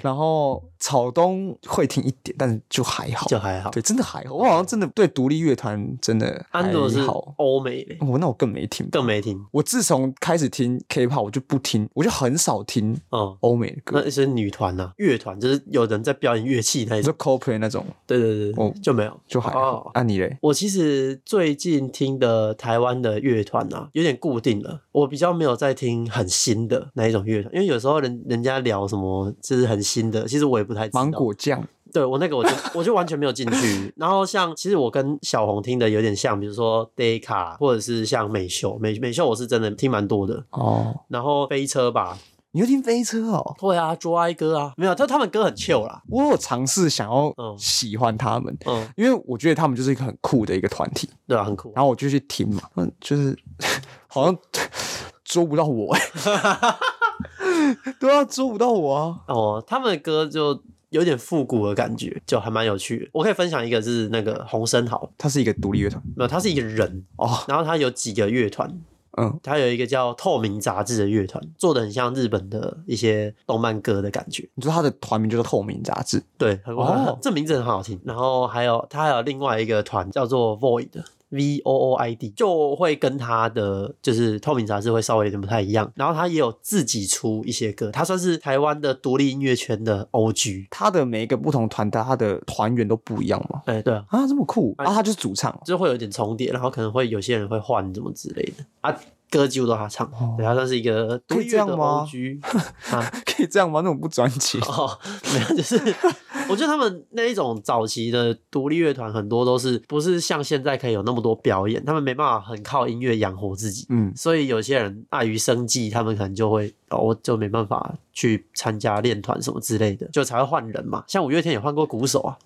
Speaker 1: 然后草东会听一点，但是就还好，
Speaker 2: 就还好。
Speaker 1: 对，真的还好。我好像真的对独立乐团真的还
Speaker 2: 安卓是
Speaker 1: 好。哦
Speaker 2: 欧美的，
Speaker 1: 我、那我更没听，
Speaker 2: 更没听
Speaker 1: 我自从开始听 K-pop，我就不听，我就很少听
Speaker 2: 哦。
Speaker 1: 欧美的歌。
Speaker 2: 那是女团呐、啊，乐团就是有人在表演乐器那一
Speaker 1: 你
Speaker 2: 种
Speaker 1: 说，Coldplay 那种
Speaker 2: 对对对，
Speaker 1: 哦
Speaker 2: 就没有，
Speaker 1: 就还好
Speaker 2: 哦。
Speaker 1: 啊，你嘞？
Speaker 2: 我其实最近听的台湾的乐团啊，有点固定了。我比较没有在听很新的那一种乐团，因为有时候人人家聊什么就是很新的，其实我也不太知道。嗯
Speaker 1: 芒果酱
Speaker 2: 对我那个我就我就完全没有进去。然后像其实我跟小红听的有点像，比如说 Dayca 或者是像美秀，美美秀我是真的听蛮多的。
Speaker 1: 哦，
Speaker 2: 然后飞车吧，
Speaker 1: 你又听飞车哦？
Speaker 2: 对啊，做哀歌啊，没有，就他们歌很 chill 啦，
Speaker 1: 我有尝试想要
Speaker 2: 嗯
Speaker 1: 喜欢他们，
Speaker 2: 嗯，
Speaker 1: 因为我觉得他们就是一个很酷的一个团体。
Speaker 2: 对啊，很酷。
Speaker 1: 然后我就去听嘛，嗯，就是 好像捉不到我、欸， 对啊，捉不到我啊，
Speaker 2: 哦，他们的歌就有点复古的感觉，就还蛮有趣的。我可以分享一个是那个洪生豪，
Speaker 1: 它是一个独立乐团
Speaker 2: 没有，他是一个人，
Speaker 1: 哦，
Speaker 2: 然后他有几个乐团。
Speaker 1: 嗯，
Speaker 2: 他有一个叫《透明》杂志的乐团，做的很像日本的一些动漫歌的感觉，
Speaker 1: 你说它的团名就是透明杂志，
Speaker 2: 对，很
Speaker 1: 哦
Speaker 2: 这名字很好听。然后还有他还有另外一个团叫做 Void。V O O I D 就会跟他的就是透明杂志会稍微有点不太一样，然后他也有自己出一些歌，他算是台湾的独立音乐圈的 O G，
Speaker 1: 它的每一个不同团的它的团员都不一样嘛，
Speaker 2: 哎、对啊，
Speaker 1: 啊，这么酷啊， 他就是主唱
Speaker 2: 就会有点重叠，然后可能会有些人会换什么之类的啊。歌几乎都他唱，
Speaker 1: 哦
Speaker 2: 对他算是一个独
Speaker 1: 可以
Speaker 2: 立
Speaker 1: 这
Speaker 2: 乐
Speaker 1: 样
Speaker 2: 的
Speaker 1: 吗
Speaker 2: OG
Speaker 1: 可以这样吗？那种不专辑
Speaker 2: 哦， 没有，就是我觉得他们那一种早期的独立乐团很多都是不是像现在可以有那么多表演，他们没办法很靠音乐养活自己，
Speaker 1: 嗯，
Speaker 2: 所以有些人碍于生计，他们可能就会哦，我就没办法去参加练团什么之类的，就才会换人嘛。像五月天也换过鼓手啊，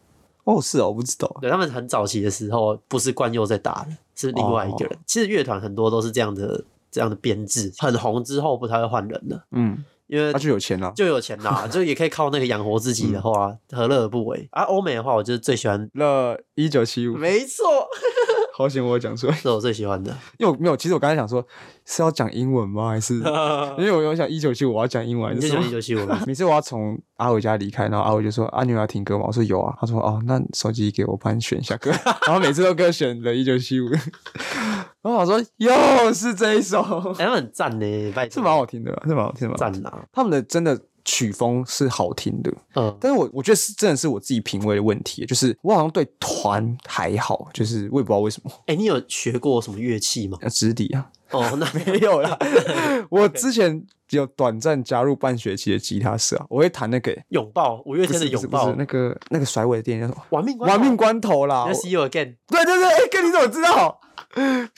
Speaker 1: 哦，是哦，我不知道。
Speaker 2: 对，他们很早期的时候不是冠佑在打的，是另外一个人。
Speaker 1: 哦
Speaker 2: 其实乐团很多都是这样的这样的编制，很红之后不太会换人的，
Speaker 1: 嗯，
Speaker 2: 因为
Speaker 1: 他就有嗯钱了。
Speaker 2: 就有钱啦，就也可以靠那个养活自己的话，何乐而不为？啊，欧美的话，我就是最 喜欢，
Speaker 1: 了一九七五，
Speaker 2: 没错，
Speaker 1: 好险我有讲出来，
Speaker 2: 是我最喜欢的。
Speaker 1: 因为我没有。其实我刚才想说是要讲英文吗？还是 因为我有想一九七五我要讲英文，还
Speaker 2: 你
Speaker 1: 是
Speaker 2: 最喜
Speaker 1: 什
Speaker 2: 欢一
Speaker 1: 么
Speaker 2: 九七五吗？
Speaker 1: 每次我要从阿伟家离开，然后阿伟就说：“啊，你有要听歌吗？”我说：“有啊。”他说：“哦，那手机给我，帮你选一下歌。” 然后每次都给我选了《一九七五》，然后我说：“又是这一 首，
Speaker 2: 哎、他们很赞呢，拜托
Speaker 1: 是蛮好听的啦，是蛮好听的吧。
Speaker 2: 赞啦。
Speaker 1: 他们的真的曲风是好听的，
Speaker 2: 嗯，
Speaker 1: 但是我我觉得是真的是我自己品味的问题，就是我好像对团还好，就是我也不知道为什么，
Speaker 2: 哎、你有学过什么乐器吗？
Speaker 1: 呃直笛 啊。
Speaker 2: 哦，那
Speaker 1: 没有啦， 我之前只有短暂加入半学期的吉他社啊，我会弹那个、
Speaker 2: 拥抱，五月
Speaker 1: 不
Speaker 2: 天的
Speaker 1: 是不是
Speaker 2: 拥
Speaker 1: 不是
Speaker 2: 抱，
Speaker 1: 那个那个甩尾的电影叫什么？
Speaker 2: 玩命关头
Speaker 1: 玩命，关头啦！
Speaker 2: 你
Speaker 1: 我
Speaker 2: 要 see you again，
Speaker 1: 对对对，哎、哥你怎么知道？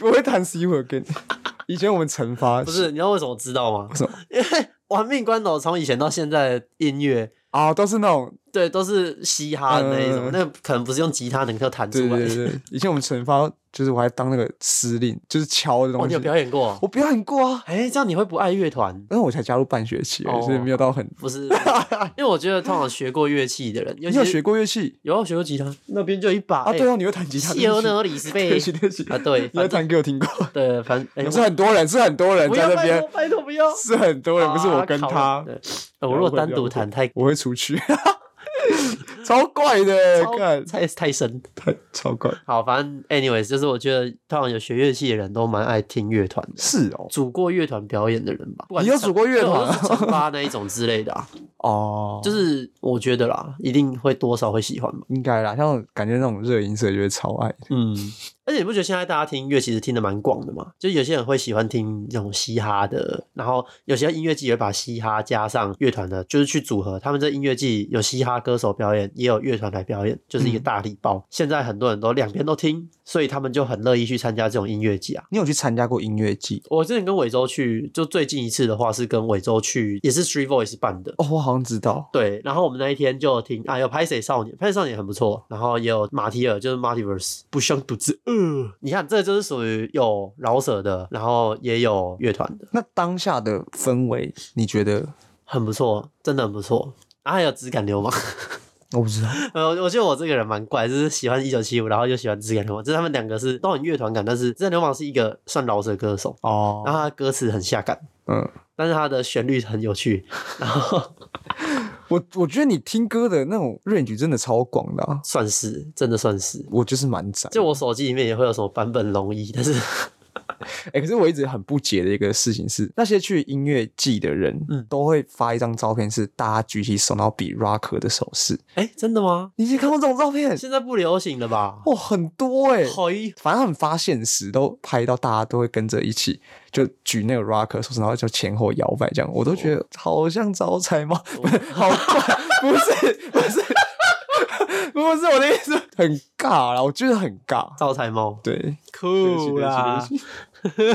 Speaker 1: 我会弹 C 和跟。 以前我们惩罚
Speaker 2: 不是？你知道为什么知道吗？
Speaker 1: 为什么？
Speaker 2: 因为玩命关头从以前到现在的音乐。
Speaker 1: 啊，都是那种
Speaker 2: 对，都是嘻哈的那一种，
Speaker 1: 嗯
Speaker 2: 那可能不是用吉他能够弹出
Speaker 1: 对
Speaker 2: 来的。
Speaker 1: 对对，对以前我们惩罚就是我还当那个司令，就是敲的
Speaker 2: 哦，
Speaker 1: 东
Speaker 2: 你
Speaker 1: 西。
Speaker 2: 有表演过？
Speaker 1: 我表演过啊，
Speaker 2: 哎、这样你会不爱乐团？
Speaker 1: 但是我才加入半学期而已，
Speaker 2: 哦
Speaker 1: 所以没有到很。
Speaker 2: 不是，因为我觉得通常学过乐器的人，尤
Speaker 1: 你
Speaker 2: 其
Speaker 1: 有
Speaker 2: 是哎
Speaker 1: 学过乐器
Speaker 2: 有啊学过吉他，那边就有一把
Speaker 1: 啊？对哦，你会弹吉他？
Speaker 2: 西
Speaker 1: 对
Speaker 2: 欧
Speaker 1: 不起
Speaker 2: 呢里斯
Speaker 1: 对
Speaker 2: 贝
Speaker 1: 不起，对不起
Speaker 2: 啊，对，
Speaker 1: 你要
Speaker 2: 反正
Speaker 1: 弹给我听过。
Speaker 2: 对，反正哎
Speaker 1: 是很多人，是很多人
Speaker 2: 不
Speaker 1: 在
Speaker 2: 要
Speaker 1: 那
Speaker 2: 拜
Speaker 1: 边
Speaker 2: 托，拜托不要，
Speaker 1: 是很多人，不是我
Speaker 2: 哦啊
Speaker 1: 跟
Speaker 2: 靠
Speaker 1: 他，
Speaker 2: 对呃我如果单独弹太
Speaker 1: 我会出去， 超怪的，
Speaker 2: 超
Speaker 1: 看
Speaker 2: 太太深。
Speaker 1: 太 超怪。
Speaker 2: 好，反正 anyways，就是我觉得通常有学乐器的人都蛮爱听乐团的。
Speaker 1: 是哦，
Speaker 2: 组过乐团表演的人吧，不管
Speaker 1: 你
Speaker 2: 是
Speaker 1: 有组过乐团
Speaker 2: 对我是惩罚那一种之类的啊，
Speaker 1: 哦，
Speaker 2: 就是是我觉得啦，一定会多少会喜欢吧。
Speaker 1: 应该啦，像我感觉那种热音社就会超爱的
Speaker 2: 嗯，而且你不觉得现在大家听音乐其实听的蛮广的嘛？就有些人会喜欢听这种嘻哈的，然后有些音乐季也会把嘻哈加上乐团的，就是去组合。他们这音乐季有嘻哈歌手表演，也有乐团来表演，就是一
Speaker 1: 嗯
Speaker 2: 个大礼包。现在很多人都两边都听，所以他们就很乐意去参加这种音乐季啊。
Speaker 1: 你有去参加过音乐季？
Speaker 2: 我之前跟伟州去，就最近一次的话是跟伟州去，也是 Street Voice 办的。
Speaker 1: 哦，我好像知道。
Speaker 2: 对，然后我们那一天就有听啊，有拍谁少年，拍谁少年很不错，然后也有马提尔，就是 Multiverse 不相独自呃，你看这就是属于有饶舌的，然后也有乐团的，
Speaker 1: 那当下的氛围，你觉得？
Speaker 2: 很不错，真的很不错。啊，还有质感流氓，
Speaker 1: 我不知道，
Speaker 2: 呃，我觉得我这个人蛮怪，就是喜欢一九七五，然后又喜欢质感流氓，就是他们两个是都很乐团感，但是质感流氓是一个算饶舌歌手，然
Speaker 1: 哦，
Speaker 2: 后他的歌词很下感，
Speaker 1: 嗯，
Speaker 2: 但是他的旋律很有趣，然后
Speaker 1: 我我觉得你听歌的那种 range 真的超广的、啊，
Speaker 2: 算是真的算是，
Speaker 1: 我就是蛮窄。
Speaker 2: 就我手机里面也会有什么版本龙一，但是。
Speaker 1: 哎、可是我一直很不解的一个事情是，那些去音乐季的人，
Speaker 2: 嗯
Speaker 1: 都会发一张照片，是大家举起手，然后比 rocker 的手势。
Speaker 2: 哎、真的吗？
Speaker 1: 你已经看过这种照片？
Speaker 2: 现在不流行了吧？
Speaker 1: 哇，很多哎、
Speaker 2: 嘿，
Speaker 1: 反正很发现实，都拍到大家都会跟着一起，就举那个 rocker 手势，然后就前后摇摆这样，我都觉得
Speaker 2: 哦
Speaker 1: 好像招财猫，不是， 好怪，不 是，不是，不是我的意思，很尬啦，我觉得很尬。
Speaker 2: 招财猫，
Speaker 1: 对，
Speaker 2: 酷啦！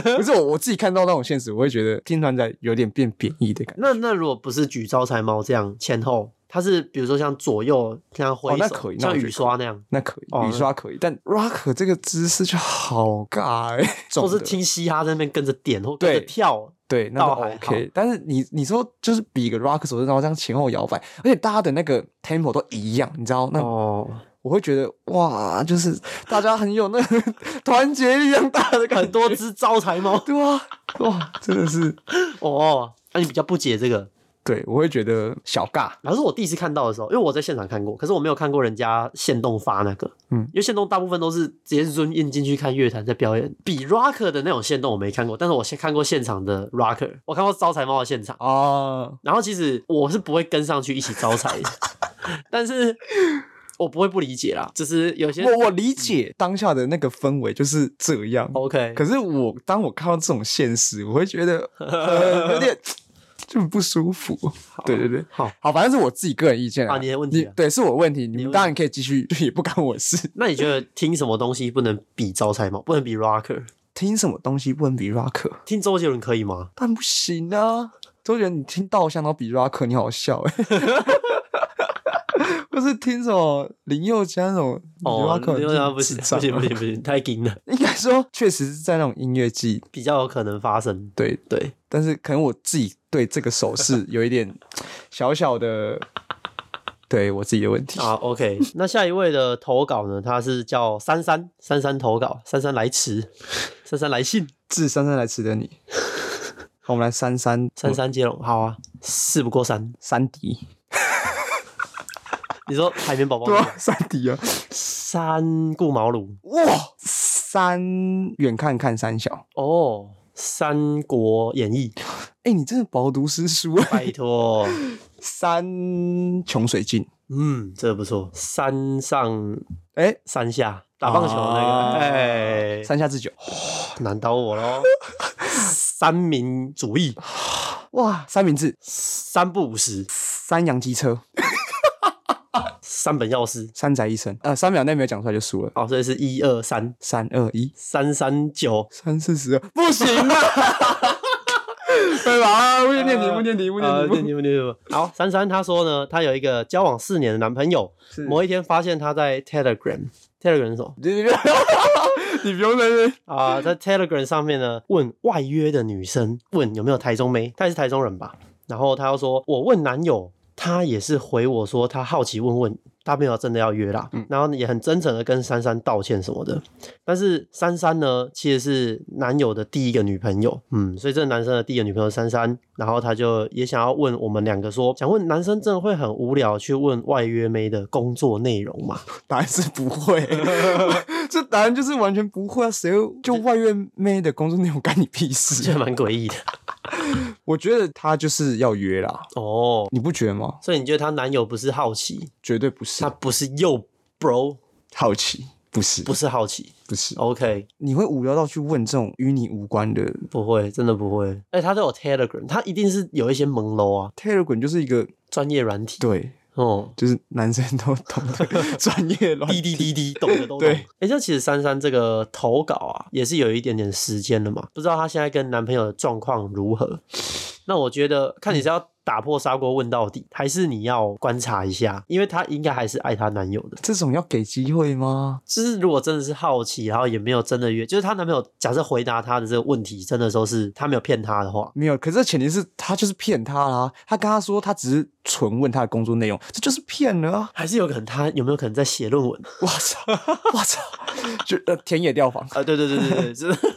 Speaker 1: 可是我我自己看到那种现实，我会觉得听团仔有点变贬义的感觉。
Speaker 2: 那那如果不是举招财猫这样前后，它是比如说像左右这样挥手，
Speaker 1: 哦那可以那我
Speaker 2: 像
Speaker 1: 觉得
Speaker 2: 雨刷那样，
Speaker 1: 那可以，
Speaker 2: 哦
Speaker 1: 雨刷可以，但 rock 这个姿势就好尬哎、欸，
Speaker 2: 或
Speaker 1: 重
Speaker 2: 是
Speaker 1: 的
Speaker 2: 听嘻哈在那边跟着点或跟着
Speaker 1: 对
Speaker 2: 跳，
Speaker 1: 对，那都
Speaker 2: 倒还好
Speaker 1: OK。但是你你说就是比一个 rock 手势，然后这样前后摇摆，而且大家的那个 tempo 都一样，你知 道？那
Speaker 2: 哦，
Speaker 1: 我会觉得哇，就是大家很有那 个团结力量大的感
Speaker 2: 很
Speaker 1: 觉，
Speaker 2: 多只招财猫
Speaker 1: 对啊， 哇，真的是，
Speaker 2: 哦。那、你比较不解这个，
Speaker 1: 对我会觉得小尬，
Speaker 2: 然后是我第一次看到的时候，因为我在现场看过，可是我没有看过人家现动发那个，
Speaker 1: 嗯
Speaker 2: 因为现动大部分都是直接 zoom in 进去看乐团在表演，比 rocker 的那种现动我没看过，但是我先看过现场的 rocker，我看过招财猫的现场，
Speaker 1: 啊，
Speaker 2: 然后其实我是不会跟上去一起招财的， 但是我不会不理解啦，就是有些
Speaker 1: 我我理解当下的那个氛围就是这样。
Speaker 2: OK，
Speaker 1: 可是我当我看到这种现实，我会觉得、呃、有 点就很不舒服。对对对，
Speaker 2: 好，
Speaker 1: 好，反正是我自己个人意见
Speaker 2: 啊你的问题
Speaker 1: 你
Speaker 2: 啊
Speaker 1: 对，是我的问题，你
Speaker 2: 你的
Speaker 1: 们
Speaker 2: 问
Speaker 1: 当然可以继续， 就也不干我事。
Speaker 2: 那你觉得听什么东西不能比招财猫，不能比 rocker？
Speaker 1: 听什么东西不能比 rock，
Speaker 2: 听周杰伦可以吗？
Speaker 1: 但不 行啊！周杰伦，你听稻香，然后比 rock，你好笑哎、或欸是听什么林宥嘉那种，
Speaker 2: 哦，
Speaker 1: 可
Speaker 2: 对啊，
Speaker 1: 能
Speaker 2: 不行不行不行不行，太硬了，
Speaker 1: 应该说确实是在那种音乐季，
Speaker 2: 比较有可能发生。
Speaker 1: 对，
Speaker 2: 对，
Speaker 1: 但是可能我自己对这个手势有一点小小的，对我自己的问题。
Speaker 2: 啊，OK，那下一位的投稿呢？他是叫珊珊，珊珊投稿，珊珊来迟，珊珊来信，
Speaker 1: 致姗姗来迟的你，好，我们来三三
Speaker 2: 珊珊接龙，好啊，事不过三。
Speaker 1: 三迪，
Speaker 2: 你说海绵宝宝
Speaker 1: 对
Speaker 2: 那个
Speaker 1: 啊，三迪啊，
Speaker 2: 三顾茅庐
Speaker 1: 哇，三远看看三小，
Speaker 2: 哦，《三国演义》，
Speaker 1: 哎、你真的饱读诗书啊！
Speaker 2: 拜托，
Speaker 1: 三穷水尽，
Speaker 2: 嗯，这个不错，山上
Speaker 1: 哎、
Speaker 2: 山下打棒球那
Speaker 1: 啊
Speaker 2: 个，哎、
Speaker 1: 山下智久，
Speaker 2: 难倒我喽，三民主义，
Speaker 1: 哇，三明治，
Speaker 2: 三不五十，
Speaker 1: 三洋机车，
Speaker 2: 三本药师，
Speaker 1: 三宅一生，呃，三秒内没有讲出来就输了。
Speaker 2: 哦，所以是一二三。
Speaker 1: 三二一，
Speaker 2: 三三九，
Speaker 1: 三四十二，不行 啊！对吧？不念你，不念你，不
Speaker 2: 呃，
Speaker 1: 念
Speaker 2: 对
Speaker 1: 你，
Speaker 2: 你们对们。好，珊珊她说呢，她有一个交往四年的男朋友，
Speaker 1: 我，
Speaker 2: 某一天发现他在 Telegram，Telegram 是什么
Speaker 1: 你你不要 你不用在那边
Speaker 2: 啊、在 Telegram 上面呢，问外约的女生，问有没有台中妹，她也是台中人吧？然后她又说，我问男友，他也是回我说他好奇问问，他没有真的要约啦，然后也很真诚的跟珊珊道歉什么的。但是珊珊呢，其实是男友的第一个女朋友，嗯，所以这个男生的第一个女朋友珊珊，然后他就也想要问我们两个说，想问男生真的会很无聊去问外约妹的工作内容吗？
Speaker 1: 答案是不 会，这答案就是完全不会啊！谁会就外院妹的工作内容干你屁
Speaker 2: 这
Speaker 1: 事？
Speaker 2: 还蛮诡异的
Speaker 1: 我觉得他就是要约啦，
Speaker 2: 哦。
Speaker 1: 你不觉得吗？
Speaker 2: 所以你觉得她男友不是好奇，
Speaker 1: 绝对不是
Speaker 2: 他不是又 bro，
Speaker 1: 好奇，不是，
Speaker 2: 不是好奇。
Speaker 1: 不是，
Speaker 2: OK，
Speaker 1: 你会无聊到去问这种与你无关的
Speaker 2: 不会，真的不会。哎，他都有 Telegram，他一定是有一些门楼啊，
Speaker 1: Telegram 就是一个
Speaker 2: 专业软体
Speaker 1: 对，
Speaker 2: 哦。
Speaker 1: 就是男生都懂 的专业软
Speaker 2: 滴滴滴滴，懂的都懂。
Speaker 1: 对
Speaker 2: 哎、这其实珊珊这个投稿啊，也是有一点点时间了嘛，不知道她现在跟男朋友的状况如何。那我觉得，看你是要打破砂锅问到底，还是你要观察一下，因为她应该还是爱她男友的。
Speaker 1: 这种要给机会吗？
Speaker 2: 就是如果真的是好奇，然后也没有真的约，就是她男朋友假设回答她的这个问题，真的说是她没有骗她的话，
Speaker 1: 没有，可是这前提是他就是骗他啦。他跟他说他只是纯问他的工作内容，这就是骗了啊！
Speaker 2: 还是有可能她有没有可能在写论文？
Speaker 1: 我操，我操， 就呃田野调访，
Speaker 2: 啊，对对对对对，就是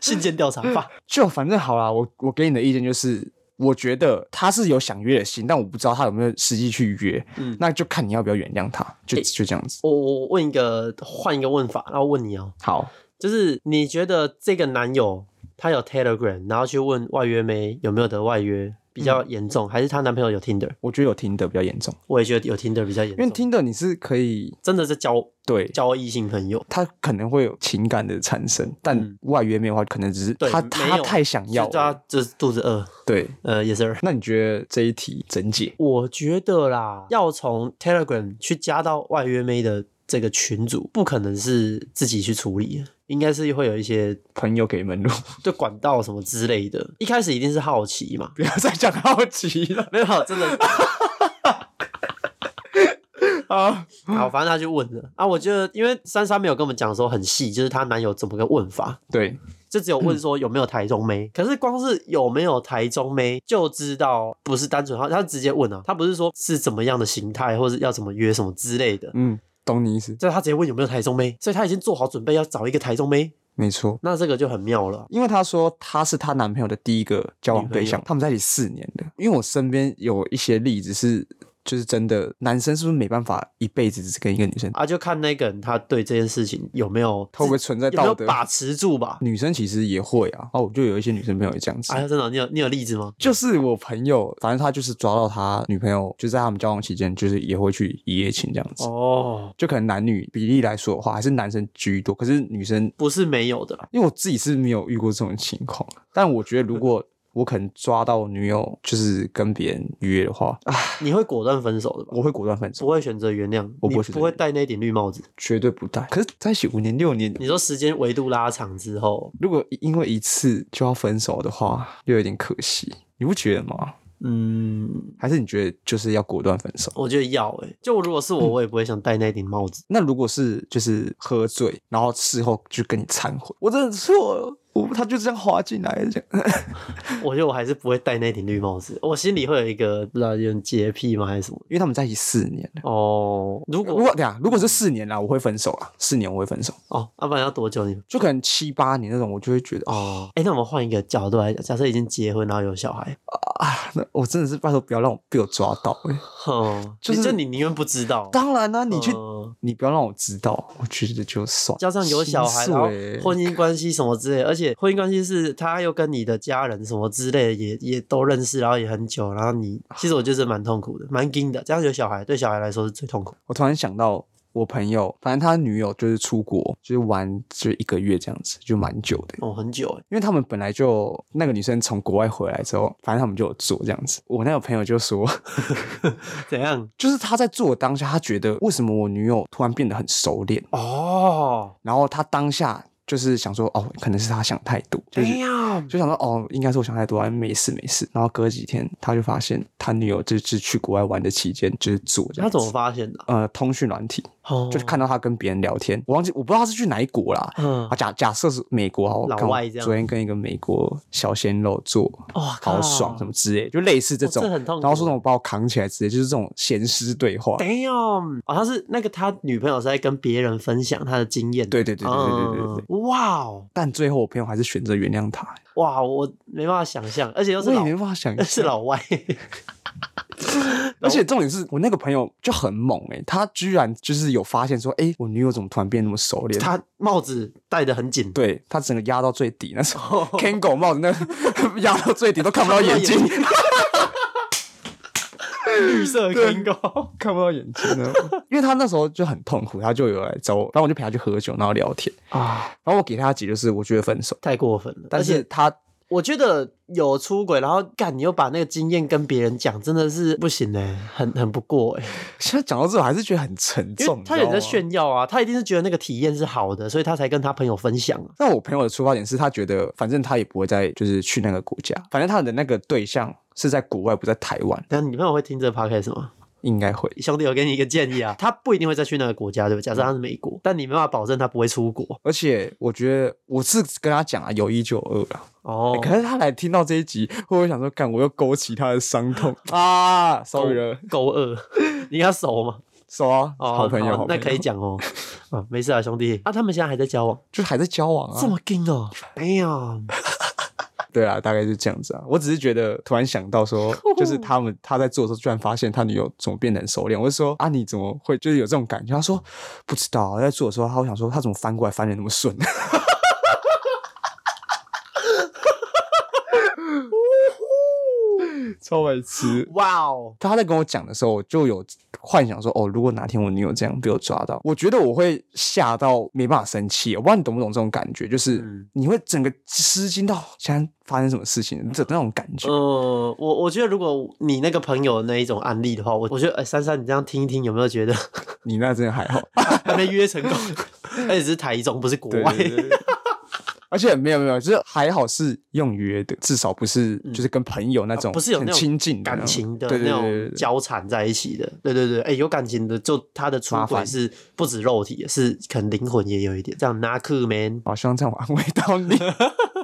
Speaker 2: 信件调查法。
Speaker 1: 就反正好啦。我我给你的意见就是，我觉得他是有想约的心，但我不知道他有没有实际去约。
Speaker 2: 嗯
Speaker 1: 那就看你要不要原谅他，就就这样子。
Speaker 2: 我我我问一个，换一个问法，然后问你哦，
Speaker 1: 好，
Speaker 2: 就是你觉得这个男友他有 Telegram，然后去问外约没有没有得外约比较严重，还是她男朋友有 Tinder？
Speaker 1: 我觉得有听的比较严重，
Speaker 2: 我也觉得有 Tinder 比较严
Speaker 1: 因为
Speaker 2: 重，
Speaker 1: 听的你是可以
Speaker 2: 真的是交
Speaker 1: 对
Speaker 2: 交异性朋友，
Speaker 1: 他可能会有情感的产生，但
Speaker 2: 嗯
Speaker 1: 外约面的话，可能只是
Speaker 2: 对
Speaker 1: 他
Speaker 2: 没
Speaker 1: 他
Speaker 2: 有
Speaker 1: 太想要
Speaker 2: 就
Speaker 1: 了。
Speaker 2: 他就是啊肚子饿，
Speaker 1: 对，
Speaker 2: 呃，也是。
Speaker 1: 那你觉得这一题整解？
Speaker 2: 我觉得啦，要从 Telegram 去加到外约妹的这个群组，不可能是自己去处理，应该是会有一些
Speaker 1: 朋友给门路，
Speaker 2: 对管道什么之类的。一开始一定是好奇嘛，
Speaker 1: 不要再讲好奇了
Speaker 2: 没有，真的。
Speaker 1: 啊！
Speaker 2: 好，反正他就问了啊。我觉得，因为珊珊没有跟我们讲说很细，就是她男友怎么个问法，
Speaker 1: 对，
Speaker 2: 就只有问说有没有台中妹。可是光是有没有台中妹就知道不是单纯，他他直接问啊，他不是说是怎么样的形态，或者要怎么约什么之类的。
Speaker 1: 嗯，懂你意思，
Speaker 2: 就他直接问有没有台中妹，所以他已经做好准备要找一个台中妹，
Speaker 1: 没错。
Speaker 2: 那这个就很妙了。
Speaker 1: 因为她说她是她男朋友的第一个交往对
Speaker 2: 女朋
Speaker 1: 象
Speaker 2: 友，
Speaker 1: 他们在一起四年的。因为我身边有一些例子是，就是真的男生是不是没办法一辈子只跟一个女生，
Speaker 2: 啊，就看那个人他对这件事情有没有
Speaker 1: 会不会存在
Speaker 2: 有没
Speaker 1: 道
Speaker 2: 有
Speaker 1: 德？
Speaker 2: 把持住吧？
Speaker 1: 女生其实也会啊，哦，我就有一些女生朋友也这样子。
Speaker 2: 哎呀，真的，你有你有例子吗？
Speaker 1: 就是我朋友，反正他就是抓到他女朋友，就在他们交往期间，就是也会去一夜情这样子。
Speaker 2: 哦，
Speaker 1: 就可能男女比例来说的话，还是男生居多，可是女生，
Speaker 2: 不是没有的啦。
Speaker 1: 因为我自己是没有遇过这种情况，啊但我觉得如果我可能抓到女友就是跟别人约的话，啊
Speaker 2: 你会果断分手的吧？
Speaker 1: 我会果断分手，
Speaker 2: 不会选择原谅，
Speaker 1: 我不会
Speaker 2: 你
Speaker 1: 选择
Speaker 2: 不会戴那顶绿帽子。
Speaker 1: 绝对不带。可是在一起五年六年，
Speaker 2: 你说时间维度拉长之后，
Speaker 1: 如果因为一次就要分手的话，又有点可惜，你不觉得吗？
Speaker 2: 嗯，
Speaker 1: 还是你觉得就是要果断分手？
Speaker 2: 我觉得要诶、就如果是我，我也不会想戴那顶 帽子。
Speaker 1: 那如果是就是喝醉，然后事后就跟你忏悔，我真的错了，我他就这样滑进来，这样
Speaker 2: 我觉得我还是不会戴那顶绿帽子，我心里会有一个不知道有点洁癖吗还是什么？
Speaker 1: 因为他们在一起四年了。
Speaker 2: 哦，如
Speaker 1: 如
Speaker 2: 果
Speaker 1: 果等一下，如果是四年啦，我会分手啦，四年我会分手，
Speaker 2: 哦，要、不然要多久你？
Speaker 1: 就可能七八年那种，我就会觉得哦
Speaker 2: 哦，哎、那我们换一个角度来讲，假设已经结婚然后有小孩，
Speaker 1: 啊， 那我真的是拜托不要让我被我抓到、欸。
Speaker 2: 哼，
Speaker 1: 就
Speaker 2: 你
Speaker 1: 是
Speaker 2: 就你宁愿不知道，
Speaker 1: 当然啦、你去、
Speaker 2: 哦嗯
Speaker 1: 你不要让我知道，我觉得就算。
Speaker 2: 加上有小孩，
Speaker 1: 心
Speaker 2: 然后
Speaker 1: 碎欸
Speaker 2: 婚姻关系什么之类，而且婚姻关系是他又跟你的家人什么之类的也也都认识，然后也很久，然后你
Speaker 1: 啊
Speaker 2: 其实我觉得这蛮痛苦的，蛮惊的。加上有小孩，对小孩来说是最痛苦。
Speaker 1: 我突然想到我朋友，反正他女友就是出国，就是玩就是一个月这样子，就蛮久的。
Speaker 2: 哦，很久哎，
Speaker 1: 因为他们本来就那个女生从国外回来之后，反正他们就有做这样子。我那个朋友就说，
Speaker 2: 欸怎样？
Speaker 1: 就是他在做的当下，他觉得为什么我女友突然变得很熟练，
Speaker 2: 哦，
Speaker 1: 然后他当下就是想说，哦，可能是他想太多，就是
Speaker 2: Damn
Speaker 1: 就想说，哦，应该是我想太多，啊，没事没事。然后隔几天，他就发现他女友就是去国外玩的期间就是做这
Speaker 2: 他
Speaker 1: 样
Speaker 2: 怎
Speaker 1: 子，
Speaker 2: 么发现的啊？
Speaker 1: 呃通讯软体，
Speaker 2: 哦，
Speaker 1: 就是看到他跟别人聊天，我忘记我不知道他是去哪一国啦。
Speaker 2: 嗯
Speaker 1: 啊，，假假设是美国好，啊我
Speaker 2: 老
Speaker 1: 看我
Speaker 2: 外这样
Speaker 1: 昨天跟一个美国小鲜肉做，
Speaker 2: 哇靠
Speaker 1: 好爽
Speaker 2: 啊
Speaker 1: 什么之类，就类似这
Speaker 2: 哦
Speaker 1: 种，
Speaker 2: 这很痛苦
Speaker 1: 然后说什么把我扛起来之类，就是这种闲诗对话。
Speaker 2: Damn，好像是那个哦他女朋友是在跟别人分享他的经验。
Speaker 1: 对对对对对对对对。
Speaker 2: 嗯哇哦，
Speaker 1: 但最后我朋友还是选择原谅他，
Speaker 2: 哇，我没办法想象，而且又是
Speaker 1: 我也
Speaker 2: 老
Speaker 1: 没办法 想
Speaker 2: 是
Speaker 1: 象。
Speaker 2: 老 外，
Speaker 1: 而且重点是我那个朋友就很猛哎、他居然就是有发现说，哎、我女友怎么突然变那么熟练？
Speaker 2: 他帽子戴得很 紧，
Speaker 1: 对他整个压到最底，那时
Speaker 2: 哦
Speaker 1: 候 Kango 帽子那 个压到最底都看不到眼睛，
Speaker 2: 绿色
Speaker 1: 对
Speaker 2: Kingo。
Speaker 1: 看不到眼睛了。因为他那时候就很痛苦，他就有来找我，然后我就陪他去喝酒，然后聊天，
Speaker 2: 啊，
Speaker 1: 然后我给他的解就是我觉得分手，
Speaker 2: 太过分了！
Speaker 1: 但
Speaker 2: 而
Speaker 1: 是
Speaker 2: 且
Speaker 1: 他
Speaker 2: 我觉得有出轨，然后干你又把那个经验跟别人讲，真的是不行呢、欸很很不过哎、
Speaker 1: 现在讲到这，我还是觉得很沉
Speaker 2: 因为
Speaker 1: 重。
Speaker 2: 他
Speaker 1: 你
Speaker 2: 也
Speaker 1: 知道
Speaker 2: 在
Speaker 1: 吗。
Speaker 2: 炫耀啊，他一定是觉得那个体验是好的，所以他才跟他朋友分享啊。
Speaker 1: 但我朋友的出发点是他觉得，反正他也不会再就是去那个国家，反正他的那个对象是在国外，不在台湾，
Speaker 2: 但你朋友会听这个 podcast 吗？
Speaker 1: 应该会。
Speaker 2: 兄弟，我给你一个建议啊，他不一定会再去那个国家，对不对？假设他是美国，但你没办法保证他不会出国
Speaker 1: 而且我觉得我是跟他讲啊，有一就有二啊。
Speaker 2: 哦
Speaker 1: 可是他来听到这一集，会不会想说，干我又勾起他的伤痛 啊？sorry 了，
Speaker 2: 勾二，你跟他熟 吗？
Speaker 1: 手啊，
Speaker 2: 哦，
Speaker 1: 好朋友，好朋
Speaker 2: 那
Speaker 1: 友
Speaker 2: 可以讲 哦。啊，没事啊，兄弟。啊，他们现在还在交往，
Speaker 1: 就还在交往
Speaker 2: 这
Speaker 1: 啊。
Speaker 2: 么硬哦？Damn！
Speaker 1: 对啊，大概就这样子啊。我只是觉得突然想到说，就是他们他在做的时候，居然发现他女友怎么变得很熟练。我就说啊，你怎么会就是有这种感觉？他说不知道啊，在做的时候，他会想说他怎么翻过来翻的那么顺。 超白痴！
Speaker 2: 哇哦，
Speaker 1: 他在跟我讲的时候，我就有幻想说，哦，如果哪天我女友这样被我抓到，我觉得我会吓到没办法生气。我不知道你懂不懂这种感觉，就是
Speaker 2: 嗯
Speaker 1: 你会整个吃惊到现在发生什么事情这那种感 觉。
Speaker 2: 呃，我我觉得如果你那个朋友那一种案例的话，我我觉得，哎、珊珊，你这样听一听，有没有觉得
Speaker 1: 你那真的还好，
Speaker 2: 还没约成功？ 而且只是台中，不是国
Speaker 1: 对
Speaker 2: 外。
Speaker 1: 对对对而且没有没有，就是还好是用约的，至少不是就是跟朋友那种、
Speaker 2: 嗯啊不是有那
Speaker 1: 很
Speaker 2: 种
Speaker 1: 亲近的那
Speaker 2: 感
Speaker 1: 种
Speaker 2: 情的
Speaker 1: 对对
Speaker 2: 那
Speaker 1: 对对
Speaker 2: 种
Speaker 1: 对
Speaker 2: 交缠在一起的，对对对，哎、有感情的就他的出
Speaker 1: 麻
Speaker 2: 轨
Speaker 1: 烦
Speaker 2: 是不止肉体，是可能灵魂也有一点，这样 n a c man，
Speaker 1: 好，希望这样我安慰到 你。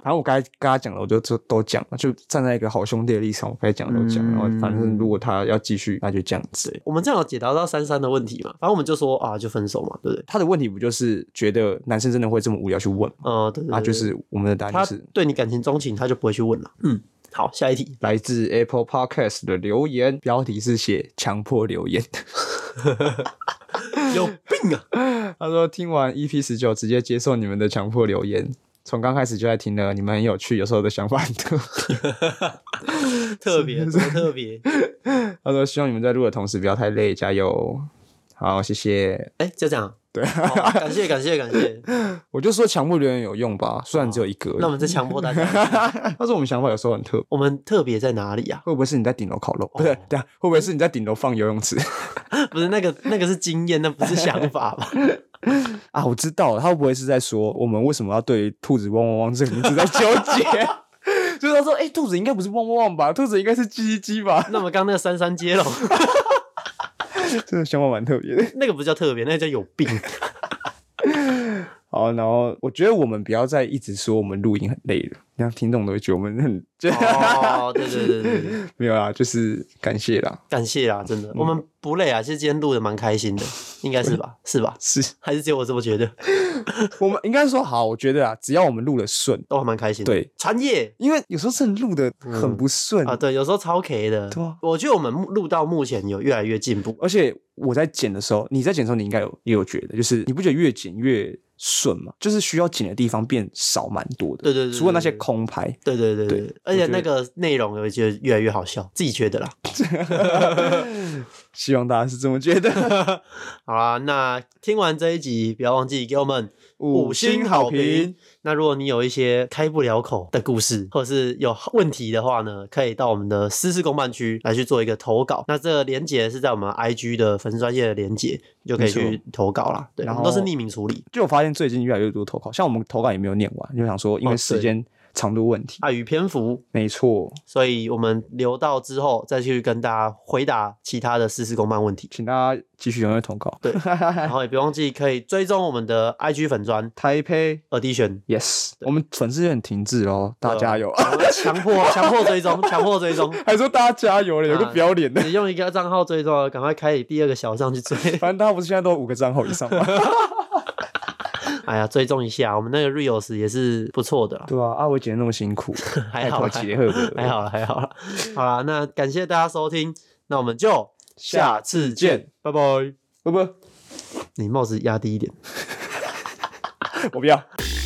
Speaker 1: 反正我刚才跟他讲了，我就都都讲了，就站在一个好兄弟的立场，我该讲的都讲了。然后
Speaker 2: 嗯
Speaker 1: 反正如果他要继续，那就这样子。
Speaker 2: 对我们这样有解答到珊珊的问题嘛，反正我们就说啊，就分手嘛，对不对？
Speaker 1: 他的问题不就是觉得男生真的会这么无聊去问吗？啊
Speaker 2: 呃，对对对
Speaker 1: 嗯那就
Speaker 2: 对
Speaker 1: 是我们的答
Speaker 2: 他
Speaker 1: 案就是
Speaker 2: 对你感情钟情，他就不会去问了。嗯，好，下一题。
Speaker 1: 来自 Apple Podcast 的留言，标题是写强迫留言。
Speaker 2: 有病啊！
Speaker 1: 他说听完 EP 十九，直接接受你们的强迫留言。从刚开始就在听了，你们很有趣，有时候的想法很特别。
Speaker 2: 特别，多 特别。
Speaker 1: 他说希望你们在录的同时不要太累，加油！好，谢谢。
Speaker 2: 哎、就这样。对、感谢感谢感谢。
Speaker 1: 我就说强迫留言有用吧，虽然只有一个而已。
Speaker 2: 那我们再强迫 大家，
Speaker 1: 他说我们想法有时候很特别，
Speaker 2: 我们特别在哪里啊？
Speaker 1: 会不会是你在顶楼烤肉？不是，对啊，会不会是你在顶楼放游泳池
Speaker 2: 不是那个那个是经验，那不是想 法吧？
Speaker 1: 啊？我知道了，他会不会是在说我们为什么要对于兔子汪汪汪这个名字在纠结？ 就是他说，哎、兔子应该不是汪汪汪吧，兔子应该是叽叽吧。
Speaker 2: 那么刚刚那个三三接龙，
Speaker 1: 这个想法蛮特别的。
Speaker 2: 那个不叫特别， 那个叫有病。
Speaker 1: 好，然后我觉得我们不要再一直说我们录音很累了，这样听众都会觉得我们很就、
Speaker 2: 哦，对对对对对，
Speaker 1: 没有啦，就是感谢啦，
Speaker 2: 感谢啊，真的，我们不累啊，其实今天录的蛮开心的，应该是吧？是吧？
Speaker 1: 是
Speaker 2: 还是只有我这么觉得，
Speaker 1: 我们应该说好，我觉得啊，只要我们录的顺，
Speaker 2: 都还蛮开心的。
Speaker 1: 对，
Speaker 2: 传业
Speaker 1: 因为有时候真的录的很不顺、
Speaker 2: 啊，对，有时候超 K 的。
Speaker 1: 对啊
Speaker 2: 我觉得我们目录到目前有越来越进步。
Speaker 1: 而且我在剪的时候，你在剪的时候，你应该有也有觉得，就是你不觉得越剪越顺吗？就是需要剪的地方变少蛮多的，
Speaker 2: 对对对对
Speaker 1: 除了那些
Speaker 2: 对
Speaker 1: 空拍，
Speaker 2: 对对对对，
Speaker 1: 对
Speaker 2: 而且
Speaker 1: 我觉得
Speaker 2: 那个内容我觉得越来越好笑，自己觉得啦。
Speaker 1: 希望大家是这么觉得。
Speaker 2: 好啦，那听完这一集，不要忘记给我们
Speaker 1: 五星好评。
Speaker 2: 那如果你有一些开不了口的故事，或者是有问题的话呢，可以到我们的私事公办区来去做一个投稿。那这个连接是在我们 IG 的粉丝专业的连接，你就可以
Speaker 1: 没
Speaker 2: 去投稿啦。对，我
Speaker 1: 然
Speaker 2: 们
Speaker 1: 后
Speaker 2: 都是匿名处理。
Speaker 1: 就我发现最近越来越多投稿，像我们投稿也没有念完，就想说因
Speaker 2: 哦
Speaker 1: 为时
Speaker 2: 对
Speaker 1: 间长度问题，
Speaker 2: 碍于篇幅，
Speaker 1: 没错，
Speaker 2: 所以我们留到之后再去跟大家回答其他的私事公办 问题。
Speaker 1: 请大家继续踊跃投稿。
Speaker 2: 对然后也别忘记可以追踪我们的 IG 粉砖
Speaker 1: 台北
Speaker 2: 二 D 选。
Speaker 1: Yes，我们粉丝有点停滞哦，大
Speaker 2: 啊
Speaker 1: 家加油！
Speaker 2: 我们强迫强迫追踪，强迫追踪。
Speaker 1: 还说大家加油了，有个
Speaker 2: 啊
Speaker 1: 不要脸的。
Speaker 2: 你用一个账号追踪啊，赶快开你第二个小账去追。
Speaker 1: 反正大家不是现在都有五个账号以上吗？
Speaker 2: 哎呀，追踪一下，我们那个 reels 也是不错的啦，
Speaker 1: 对啊，阿伟剪得那么辛 苦，
Speaker 2: 还好
Speaker 1: 太讨
Speaker 2: 啦
Speaker 1: 结合了，
Speaker 2: 还好了，还好了。好啦，那感谢大家收听，那我们就
Speaker 1: 下
Speaker 2: 次
Speaker 1: 见，
Speaker 2: 拜拜。
Speaker 1: 不不，
Speaker 2: 你帽子压低一点。
Speaker 1: 我不要。